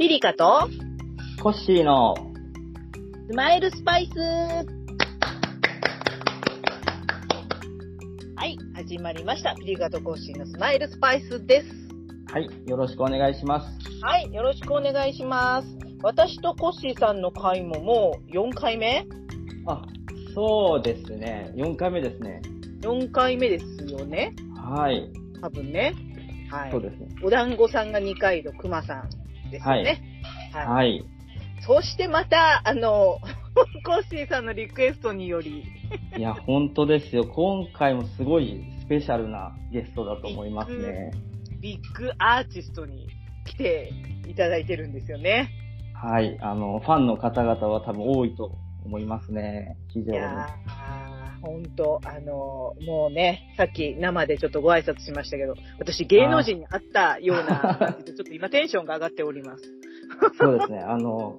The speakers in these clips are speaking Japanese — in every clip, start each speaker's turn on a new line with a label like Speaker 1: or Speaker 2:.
Speaker 1: リリカと
Speaker 2: コッシーの、
Speaker 1: スマイルスパイスはい、始まりました。ピリカとコッシーのスマイルスパイスです。
Speaker 2: はい、よろしくお願いします。
Speaker 1: はい、よろしくお願いします。私とコッシーさんの回ももう4回目
Speaker 2: あ、そうですね。4回目ですね。
Speaker 1: ?4 回目ですよね
Speaker 2: はい、
Speaker 1: 多分ね。はい。
Speaker 2: そうですね。
Speaker 1: お団子さんが2回と熊さんですよね。はい。
Speaker 2: はい。
Speaker 1: そしてまた、あの、 コッシーさんのリクエストにより、
Speaker 2: いや、本当ですよ。今回もすごいスペシャルなゲストだと思いますね。
Speaker 1: ビッグアーティストに来ていただいてるんですよね。
Speaker 2: はい、あの、ファンの方々は多分多いと思いますね。非常
Speaker 1: い
Speaker 2: に。
Speaker 1: やー、ほんと、あのーもうね、さっき生でちょっとご挨拶しましたけど、私芸能人に会ったような感じで、ちょっと今テンションが上がっております。
Speaker 2: そうですね。あの、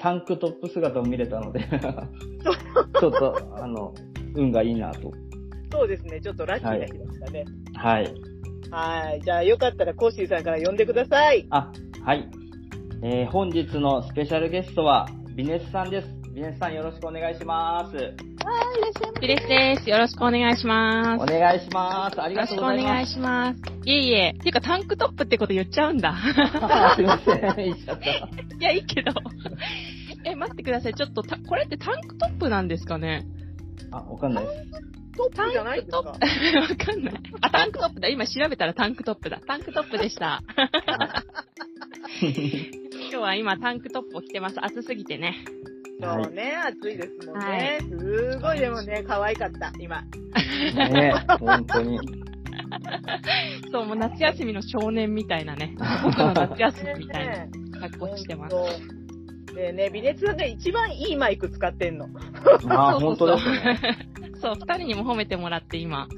Speaker 2: タンクトップ姿を見れた ので、ちょっと、あの、運がいいなと。
Speaker 1: そうですね、ちょっとラッキーな日でしたね。
Speaker 2: はい。
Speaker 1: はい、じゃあよかったらコッシーさんから呼んでください。
Speaker 2: あ、はい。えー本日のスペシャルゲストは、ビネスさんです。ビネスさんよろしくお願いします。
Speaker 1: いらっしゃいま
Speaker 3: ゆりすです。よろしくお願いしま
Speaker 2: お
Speaker 3: す。
Speaker 2: 願いします。あり
Speaker 3: よ
Speaker 2: が
Speaker 3: ろ
Speaker 2: と
Speaker 3: しく
Speaker 2: う
Speaker 3: お
Speaker 2: ござい
Speaker 3: 願
Speaker 2: ま
Speaker 3: い
Speaker 2: す。
Speaker 3: します。いえいえ。ていうか、タンクトップってこと言っちゃうんだ。
Speaker 2: すいません。言っちゃった。
Speaker 3: いや、いいけど。 え、待ってください。ちょっとた、これってタンクトップなんですかね
Speaker 2: あ、わかんないです。
Speaker 1: トップじゃないですか。
Speaker 3: わかんない。あ、タンクトップだ。今調べたらタンクトップだ。タンクトップでした。 今日は今タンクトップを着てます。暑すぎてね。
Speaker 2: は
Speaker 1: そうね、暑いですもんね。
Speaker 3: はい
Speaker 1: すごいでもね、可愛かった、今。
Speaker 2: い。ね本当に。
Speaker 3: そう、もう夏休みの少年みたいなね。僕の夏休みみたい
Speaker 1: ね
Speaker 3: な格好してます。
Speaker 1: ほんとでね、微熱さんが一番いいマイク使ってんの。
Speaker 2: あー、
Speaker 3: そ
Speaker 2: 本
Speaker 3: うそ
Speaker 2: 当
Speaker 3: うそう
Speaker 2: ですね。
Speaker 3: そう、二人にも褒めてもらって今。
Speaker 2: はい。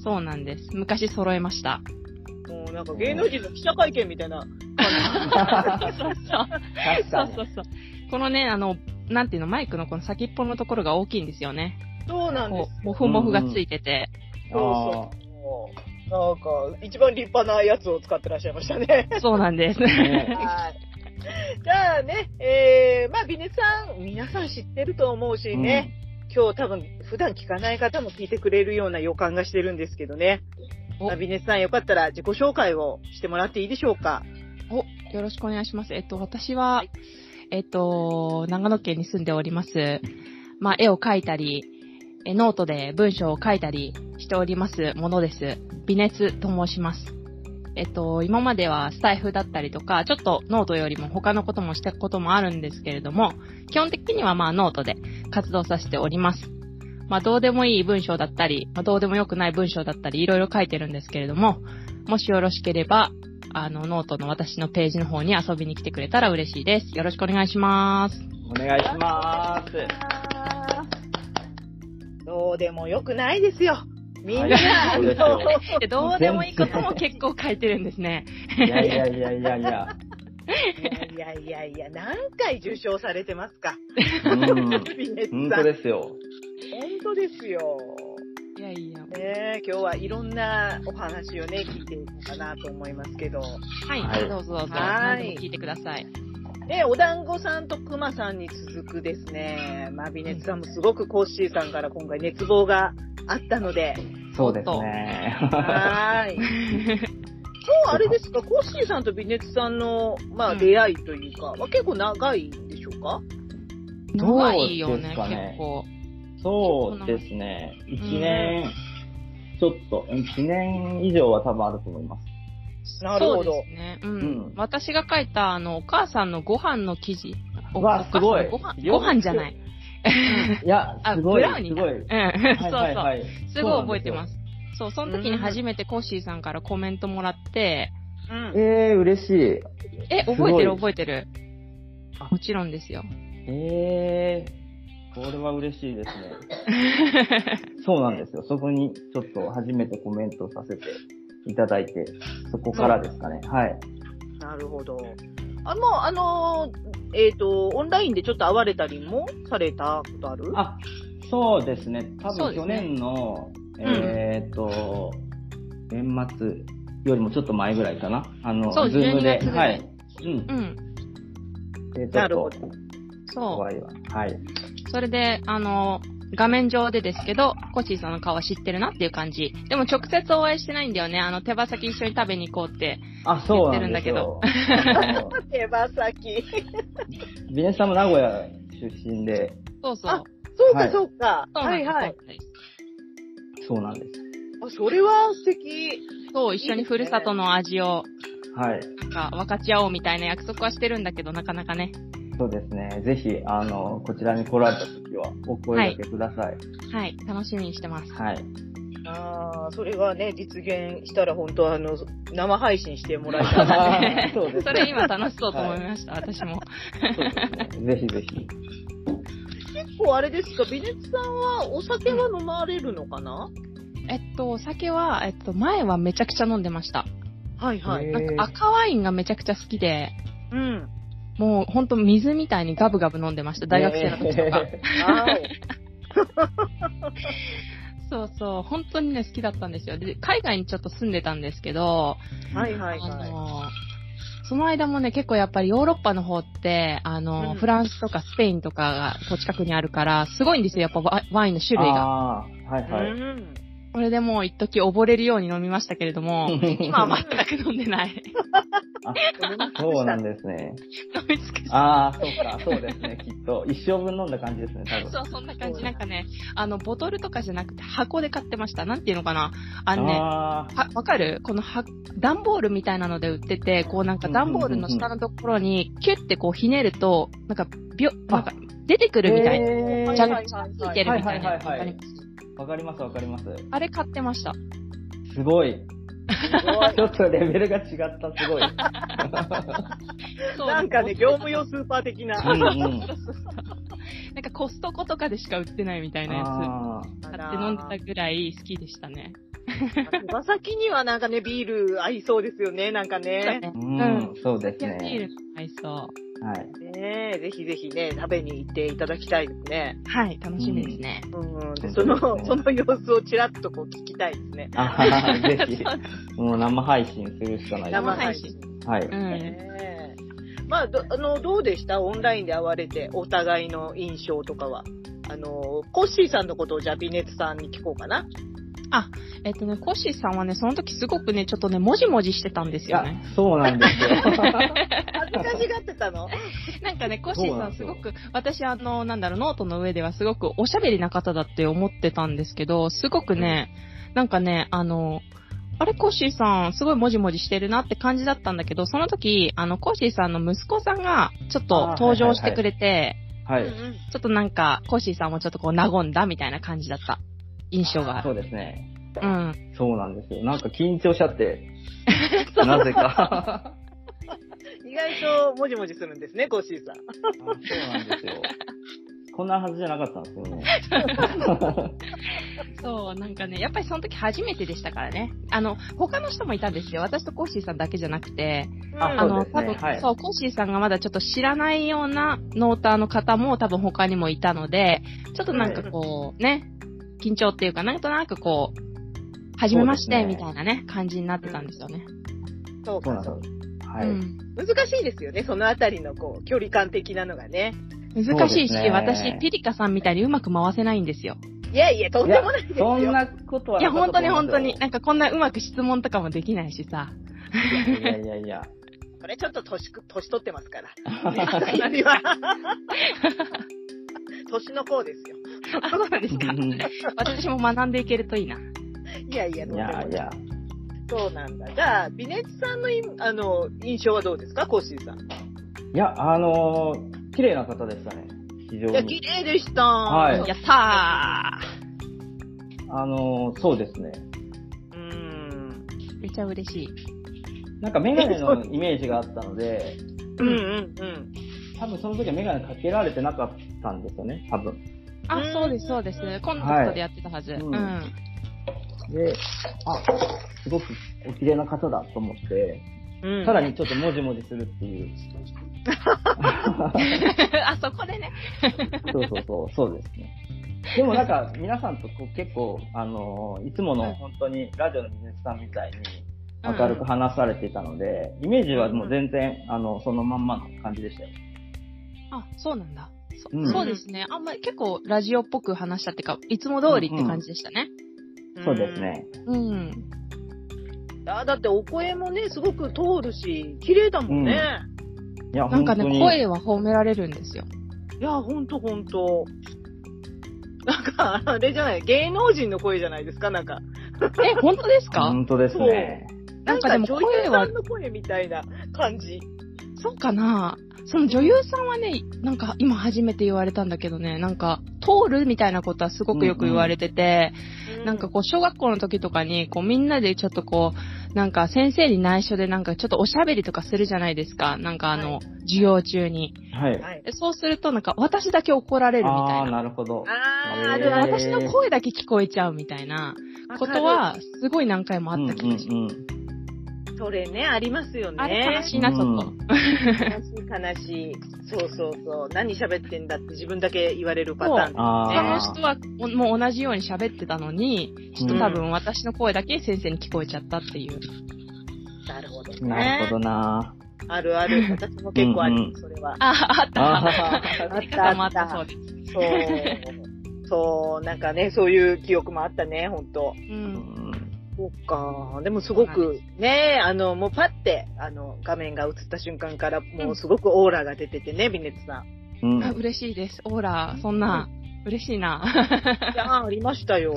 Speaker 3: そうなんです。昔揃えました。
Speaker 1: もうなんか芸能人の記者会見みたい な。
Speaker 3: そうそう。
Speaker 2: 確
Speaker 3: そ
Speaker 2: か
Speaker 3: う
Speaker 2: に
Speaker 3: そうそう。このね、あの、なんていうの、マイクのこの先っぽのところが大きいんですよね。
Speaker 1: そうなんで
Speaker 3: こ
Speaker 1: す。
Speaker 3: う、もふもふがついてて。
Speaker 2: あ
Speaker 1: なんか、一番立派なやつを使ってらっしゃいましたね。
Speaker 3: そうなんです。
Speaker 2: ーね
Speaker 1: はい。 じゃあね、えー、まあ、ビネさん、皆さん知ってると思うしね、今日多分、普段聞かない方も聞いてくれるような予感がしてるんですけどね。
Speaker 3: お
Speaker 1: まあ、ビネさん、よかったら自己紹介をしてもらっていいでしょうか。
Speaker 3: お、よろしくお願いします。えっと、私は、えっと、長野県に住んでおります。まあ、絵を描いたり、えノートで文章を書いたりしておりますものです。微熱と申します。えっと、今まではスタイフだったりとか、ちょっとノートよりも他のこともしたこともあるんですけれども、基本的にはまあノートで活動させております。まあどうでもいい文章だったり、まあどうでもよくない文章だったり、いろいろ書いてるんですけれども、もしよろしければ、あの、ノートの私のページの方に遊びに来てくれたら嬉しいです。よろしくお願いします。
Speaker 2: お願いします。
Speaker 1: どうでもよくないですよ。みんな、
Speaker 2: はいそうですよ
Speaker 3: でどうでもいいことも結構書いてるんですね。
Speaker 2: いやいやいやいやいや。
Speaker 1: いやいやいや、何回受賞されてますか。
Speaker 2: うん。
Speaker 1: ビネさん。
Speaker 2: 本当ですよ。
Speaker 1: 本当ですよ。
Speaker 3: いやいや。
Speaker 1: ねえ今日はいろんなお話をね、聞いていこうかなと思いますけど。
Speaker 3: はい、
Speaker 2: はい
Speaker 3: どうぞどうぞ。
Speaker 1: はい
Speaker 3: 何でも聞いてください。
Speaker 1: ねお団子さんとくまさんに続くですね。まあ、ビネツさんもすごくコッシーさんから今回熱望があったので。
Speaker 2: そうですね。
Speaker 1: はーい。今日あれですか、コッシーさんとビネツさんの、まあ、
Speaker 3: うん
Speaker 1: 出会いというか、まあ、結構長いんでしょうか
Speaker 2: どう
Speaker 3: 長いよ
Speaker 2: で
Speaker 3: ね、
Speaker 2: すかね
Speaker 3: 結構。
Speaker 2: そうですね。一年、ちょっと、一年以上は多分あると思います。
Speaker 1: なるほ
Speaker 3: そう
Speaker 1: ど
Speaker 3: で。すね。うん。
Speaker 2: うん
Speaker 3: 私が書いた、あの、お母さんのご飯の記事。お
Speaker 2: うわ
Speaker 3: お母さ
Speaker 2: す
Speaker 3: んの
Speaker 2: ごい
Speaker 3: ご飯、
Speaker 2: よ
Speaker 3: ご
Speaker 2: く
Speaker 3: 飯じゃない。
Speaker 2: いや、
Speaker 3: あ、
Speaker 2: す
Speaker 3: ブ
Speaker 2: ごい、
Speaker 3: ラウニ
Speaker 2: す
Speaker 3: ー
Speaker 2: ご
Speaker 3: だ。
Speaker 2: い。
Speaker 3: うん。 そ
Speaker 2: はい
Speaker 3: うそう。
Speaker 2: はいはい
Speaker 3: すごい覚えてま。す。そう、その時に
Speaker 1: うん
Speaker 3: 初めてコッシーさんからコメントもらって、
Speaker 1: うん
Speaker 2: そうなんですよえー、嬉しい。
Speaker 3: え、覚えてる
Speaker 2: すご
Speaker 3: 覚えてる
Speaker 2: あ。
Speaker 3: もちろんですよ。
Speaker 2: えー、これは嬉しいですね。そうなんですよ。そこにちょっと初めてコメントさせていただいて、そこからですかね。はい。
Speaker 1: なるほど。あ、もう、あのーえっ、と、オンラインでちょっと会われたりもされたことある
Speaker 2: あ、そうですね。多
Speaker 3: そう
Speaker 2: 分
Speaker 3: です
Speaker 2: 去
Speaker 3: ね
Speaker 2: 年の、
Speaker 1: ん
Speaker 2: えーっと、年末よりもちょっと前ぐらいかな。あの、
Speaker 3: そう
Speaker 2: ズームで。
Speaker 3: 12月ぐ
Speaker 2: は
Speaker 3: らい
Speaker 2: い。うん
Speaker 3: う。ん。
Speaker 2: で、ちょ
Speaker 1: な
Speaker 2: っ
Speaker 1: るほ
Speaker 2: と
Speaker 1: ど、
Speaker 3: そ
Speaker 2: 怖いわ。はい。
Speaker 3: う。それで、あの、画面上でですけど、コッシーさんの顔は知ってるなっていう感じ。でも直接お会いしてないんだよね。あの、手羽先一緒に食べに行こうって。
Speaker 2: あ、そうなんですよ。
Speaker 1: 手羽先。
Speaker 2: ビネさんも名古屋出身で、
Speaker 3: そうそう。
Speaker 1: あ そう
Speaker 2: は
Speaker 1: か、
Speaker 2: い
Speaker 1: そうか。
Speaker 3: そう
Speaker 1: はい
Speaker 3: な
Speaker 1: は
Speaker 3: ん
Speaker 1: い。
Speaker 3: です
Speaker 2: そうなんです。
Speaker 1: あ、それは素敵。
Speaker 3: そう、一緒にふるさとの味を、
Speaker 2: はい。
Speaker 3: なんか、分かち合おうみたいな約束はしてるんだけど、なかなかね。
Speaker 2: そうですね。ぜひ、あの、こちらに来られた時は、お声掛けください。
Speaker 3: はい、楽しみにしてます。
Speaker 2: はい。
Speaker 1: ああ、それがね、実現したら本当あの、生配信してもらいたい。
Speaker 2: あー そうです
Speaker 3: そ
Speaker 2: ね。
Speaker 3: れ今楽しそうと思いました、私も。
Speaker 2: そうですねぜひぜひ。
Speaker 1: 結構あれですか、ビネツさんはお酒は飲まれるのかな、
Speaker 3: えっと、お酒は、えっと、前はめちゃくちゃ飲んでました。
Speaker 1: はいはい。
Speaker 2: へ
Speaker 3: な
Speaker 2: ー
Speaker 3: んか赤ワインがめちゃくちゃ好きで、
Speaker 1: うん。
Speaker 3: もうほんと水みたいにガブガブ飲んでました、大学生の時とか。
Speaker 2: え
Speaker 1: はい。
Speaker 3: そうそう、本当にね、好きだったんですよ。で、海外にちょっと住んでたんですけど、
Speaker 2: ー
Speaker 1: はいはい
Speaker 3: あ
Speaker 1: はい。
Speaker 3: の、その間もね、結構やっぱりヨーロッパの方って、あの、
Speaker 1: うん
Speaker 3: フランスとかスペインとかがこう近くにあるから、すごいんですよ、やっぱワワインの種類が。
Speaker 2: あーはいうはい。
Speaker 1: ん。
Speaker 3: これでもう一時溺れるように飲みましたけれども、今は全く飲んでない。
Speaker 2: あそうなんですね。
Speaker 3: 飲み尽くし
Speaker 2: ああ、そうか、そうです ね、きっと。一生分飲んだ感じですね、多分。
Speaker 3: そう、そんな感じ。なんかね、あの、ボトルとかじゃなくて箱で買ってました。なんていうのかな。あのね、
Speaker 2: あー
Speaker 3: は、わかるこのは、段ボールみたいなので売ってて、こうなんか段ボールの下のところに、キュッてこうひねると、なんか、びょ、なんか、出てくるみたいな。
Speaker 2: え
Speaker 1: は
Speaker 2: ー
Speaker 1: い
Speaker 3: ちゃん
Speaker 1: はい
Speaker 3: つい
Speaker 1: は
Speaker 3: て
Speaker 1: い。
Speaker 3: るみたいな。
Speaker 2: はいはいはいはい
Speaker 3: わかります
Speaker 2: わかります、わかります。
Speaker 3: あれ買ってました。
Speaker 2: すごい。
Speaker 1: す
Speaker 2: ち
Speaker 1: ご
Speaker 2: ょ
Speaker 1: い
Speaker 2: っとレベルが違った、すごい。
Speaker 3: そう
Speaker 1: なんかね、業務用スーパー的 な。
Speaker 2: うんうん。
Speaker 3: なんかコストコとかでしか売ってないみたいなや
Speaker 2: あ
Speaker 3: つ。買って飲んでたぐらい好きでしたね。
Speaker 1: 手羽先にはなんかね、ビール合いそうですよね、なんかね。
Speaker 2: ーう
Speaker 3: うん
Speaker 2: ん、そうです
Speaker 3: いや、ビー
Speaker 2: ね。
Speaker 3: ルの合いそ
Speaker 2: はい。
Speaker 1: ねえ、ぜひぜひね、食べに行っていただきたいですね。
Speaker 3: う。はい、楽しみですね。
Speaker 1: うん。で、そ
Speaker 2: 本当ですね
Speaker 1: の、その様子をちらっとこう聞きたいですね。
Speaker 2: あははぜひ、もう生配信するしかないです。
Speaker 1: 生配信。
Speaker 2: はい。
Speaker 3: うん。
Speaker 1: ねえまあ、ど、あの、どうでしたオンラインで会われて、お互いの印象とかは。あの、コッシーさんのことをじゃあ、ビネツさんに聞こうかな。
Speaker 3: えっとね、コッシーさんはね、その時すごくね、ちょっとね、もじもじしてたんです
Speaker 2: い
Speaker 3: よ
Speaker 2: や
Speaker 3: ね。、
Speaker 2: そうなんです よ。
Speaker 1: 恥ずかしがってたの
Speaker 3: なんかね、コッシ
Speaker 2: そ
Speaker 3: ー
Speaker 2: う
Speaker 3: さ
Speaker 2: なん
Speaker 3: ん
Speaker 2: です
Speaker 3: す
Speaker 2: よ
Speaker 3: ごく、私あの、なんだろう、ノートの上ではすごくおしゃべりな方だって思ってたんですけど、すごくね、なんかね、あの、あれ、コッシーさん、すごいもじもじしてるなって感じだったんだけど、その時、あの、コッシーさんの息子さんが、ちょっと
Speaker 2: あー
Speaker 3: 登場してくれて、
Speaker 2: は
Speaker 1: うんう
Speaker 2: い。
Speaker 1: ん
Speaker 3: ちょっとなんか、コッシーさんもちょっとこう、和んだみたいな感じだった。印象があ
Speaker 2: そ
Speaker 3: る。
Speaker 2: うですね。
Speaker 3: うん。
Speaker 2: そうなんですよ。なんか緊張しちゃ って、なぜか。
Speaker 1: 意外と、もじもじするんですね、コッシーさん。
Speaker 2: あそうなんですよ。こんなはずじゃなかったんですよね。
Speaker 3: そう、なんかね、やっぱりその時初めてでしたからね。あの、他の人もいたんですよ。私とコッシーさんだけじゃなくて、
Speaker 2: あ
Speaker 3: あ
Speaker 1: うん
Speaker 2: そう
Speaker 3: の、
Speaker 2: ですね
Speaker 3: 多分、
Speaker 2: はい
Speaker 3: そう、コッシーさんがまだちょっと知らないようなノーターの方も多分他にもいたので、ちょっとなんかこう、ね、緊張っていうか、なんとなくこう、はじめまして、
Speaker 2: そうで
Speaker 3: み
Speaker 2: すね
Speaker 3: たいなね、感じになってたんですよね。
Speaker 1: そう
Speaker 2: そう
Speaker 1: か
Speaker 2: なんですよ。はい。
Speaker 3: うん
Speaker 1: 難しいですよね、そのあたりのこう距離感的なのがね。
Speaker 3: 難しいし、
Speaker 2: そうですね
Speaker 3: 私、ピリカさんみたいにうまく回せないんですよ。
Speaker 1: いやいや、とんでもないですよ。
Speaker 2: そんなことはい
Speaker 3: や、
Speaker 2: なかっ
Speaker 3: 本
Speaker 2: た
Speaker 3: 当
Speaker 2: と
Speaker 3: に
Speaker 2: 思う
Speaker 3: 本
Speaker 2: ん
Speaker 3: 当
Speaker 2: で
Speaker 3: に、なんかこんなうまく質問とかもできないし さ。
Speaker 2: すよ。いやいやいや。
Speaker 1: これちょっと年く、年取ってます から。なりは。 年の子ですよ。
Speaker 3: あ、そうなんですか。
Speaker 2: い
Speaker 3: 私も学んでいけるといいな。
Speaker 1: いやいや、とんでもな
Speaker 2: や
Speaker 1: い
Speaker 2: い。や。
Speaker 1: そうなんだ。じゃあ、ビネツさんのいあの印象はどうですか、コッシーさん。い
Speaker 2: いや、あのー、綺麗な方でしたね。非常
Speaker 1: や、
Speaker 2: に
Speaker 1: 綺。麗でした。
Speaker 2: はい
Speaker 3: やった
Speaker 2: あのー、そうですね。
Speaker 1: うーん。
Speaker 3: ーめちゃ嬉しい。
Speaker 2: なんかメガネのイメージがあったので、
Speaker 1: うんうんうん。
Speaker 2: 多分その時はメガネかけられてなかったんですよね、多分。
Speaker 3: あ
Speaker 1: うん、
Speaker 3: そうです、そうです。コンタクトでやってたはず。
Speaker 2: い
Speaker 3: うん。うん。
Speaker 2: で、あ、すごくお綺麗な方だと思って、
Speaker 1: うん、
Speaker 2: さらにちょっともじもじするっていう。
Speaker 3: あ、そこでね。
Speaker 2: そうそうそう、そうですね。でもなんか皆さんとこう結構、あのーいつもの本当にラジオの水さんみたいに明るく話されていたので、イメージはもう全然、あの、そのまんまの感じでしたよ。
Speaker 3: あ、そうなんだ。そ,、う
Speaker 2: うん
Speaker 3: そうですね。あんまり結構ラジオっぽく話したっていうか、いつも通りって感じでしたね。
Speaker 2: そうです。ね。
Speaker 3: うん。
Speaker 1: あだってお声もね、すごく通るし、綺麗だもんね。
Speaker 2: いや、
Speaker 3: なんか
Speaker 2: 本当
Speaker 3: ね、
Speaker 2: に
Speaker 3: 声は褒められるんです よ。
Speaker 1: いや、ほんとほんと。なんか、あれじゃない、芸能人の声じゃないですか、なんか。
Speaker 3: え、本当ですか
Speaker 2: 本当ですね。
Speaker 1: なんか
Speaker 3: なん
Speaker 1: 女
Speaker 3: かでも声
Speaker 1: 優
Speaker 3: は
Speaker 1: さんの声みたいな感じ。
Speaker 3: そうかなその女優さんはね、なんか今初めて言われたんだけどね、なんか通るみたいなことはすごくよく言われてて、なんかこう小学校の時とかにこうみんなでちょっとこう、なんか先生に内緒でなんかちょっとおしゃべりとかするじゃないですか。なんかあの、
Speaker 1: はい
Speaker 3: 授業中に。
Speaker 2: はい。
Speaker 1: はい。
Speaker 3: でそうするとなんか私だけ怒られるみた
Speaker 2: あ
Speaker 3: い
Speaker 2: あー、
Speaker 3: な。
Speaker 2: なるほど。
Speaker 1: あー、
Speaker 2: ー
Speaker 1: あ
Speaker 3: で
Speaker 1: るある。
Speaker 3: 私の声だけ聞こえちゃうみたいなことはすごい何回もあった気がします。
Speaker 2: うんうんうん
Speaker 1: それね、ありますよね。
Speaker 3: あれ悲しいな、ちょっと。
Speaker 1: 悲しい、悲しい。そうそうそう。何喋ってんだって自分だけ言われるパターン。
Speaker 2: あ
Speaker 3: 他の
Speaker 2: あ。
Speaker 3: 人はおもう同じように喋ってたのに、ちょっと多分私の声だけ先生に聞こえちゃったっていう。
Speaker 1: なるほどね。
Speaker 2: なるほどな。
Speaker 1: あるある。私も結構ある、
Speaker 2: うんうん
Speaker 1: それは。
Speaker 3: あ、あった。
Speaker 2: あ
Speaker 1: あ
Speaker 3: あった、あった、 そうです。
Speaker 1: そう。そう、なんかね、そういう記憶もあったね、ほんと。
Speaker 3: う。
Speaker 2: うんん
Speaker 1: そっか。でもすご
Speaker 3: そうなん
Speaker 1: く、ね、あの、もうパって、あの、画面が映った瞬間から、もうすごくオーラが出ててね、ビネツさん。
Speaker 2: うん
Speaker 3: あ嬉しいです。オーラ、そんな、嬉し いな。
Speaker 1: いやー、ありましたよ。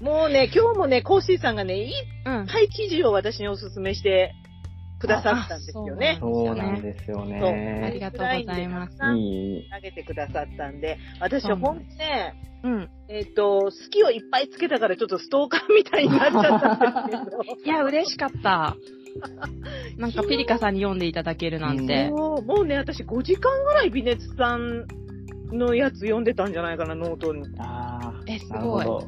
Speaker 1: もうね、今日もね、コーシーさんがね、いっ
Speaker 3: うん。
Speaker 1: ぱい記事を私におすすめしてくださったんですよね。
Speaker 2: そうなんですよ
Speaker 1: そう
Speaker 3: あ
Speaker 2: ね
Speaker 3: り。がとうございます
Speaker 1: たくさん
Speaker 2: いい。
Speaker 1: 投げてくださったんで、私
Speaker 3: そ
Speaker 1: は
Speaker 3: う
Speaker 1: ほ
Speaker 3: なん
Speaker 1: ん
Speaker 3: で
Speaker 1: とね、
Speaker 3: うん。
Speaker 1: えっ、と、好きをいっぱいつけたからちょっとストーカーみたいになっちゃったんですけど。
Speaker 3: いや、嬉し かった。なんか、ピリカさんに読んでいただけるなんて。
Speaker 1: もうもうね、私5時間ぐらい微熱さんのやつ読んでたんじゃないかな、ノートに。
Speaker 2: ああ。
Speaker 3: え、す
Speaker 2: なるほ
Speaker 3: ごい。
Speaker 2: ど。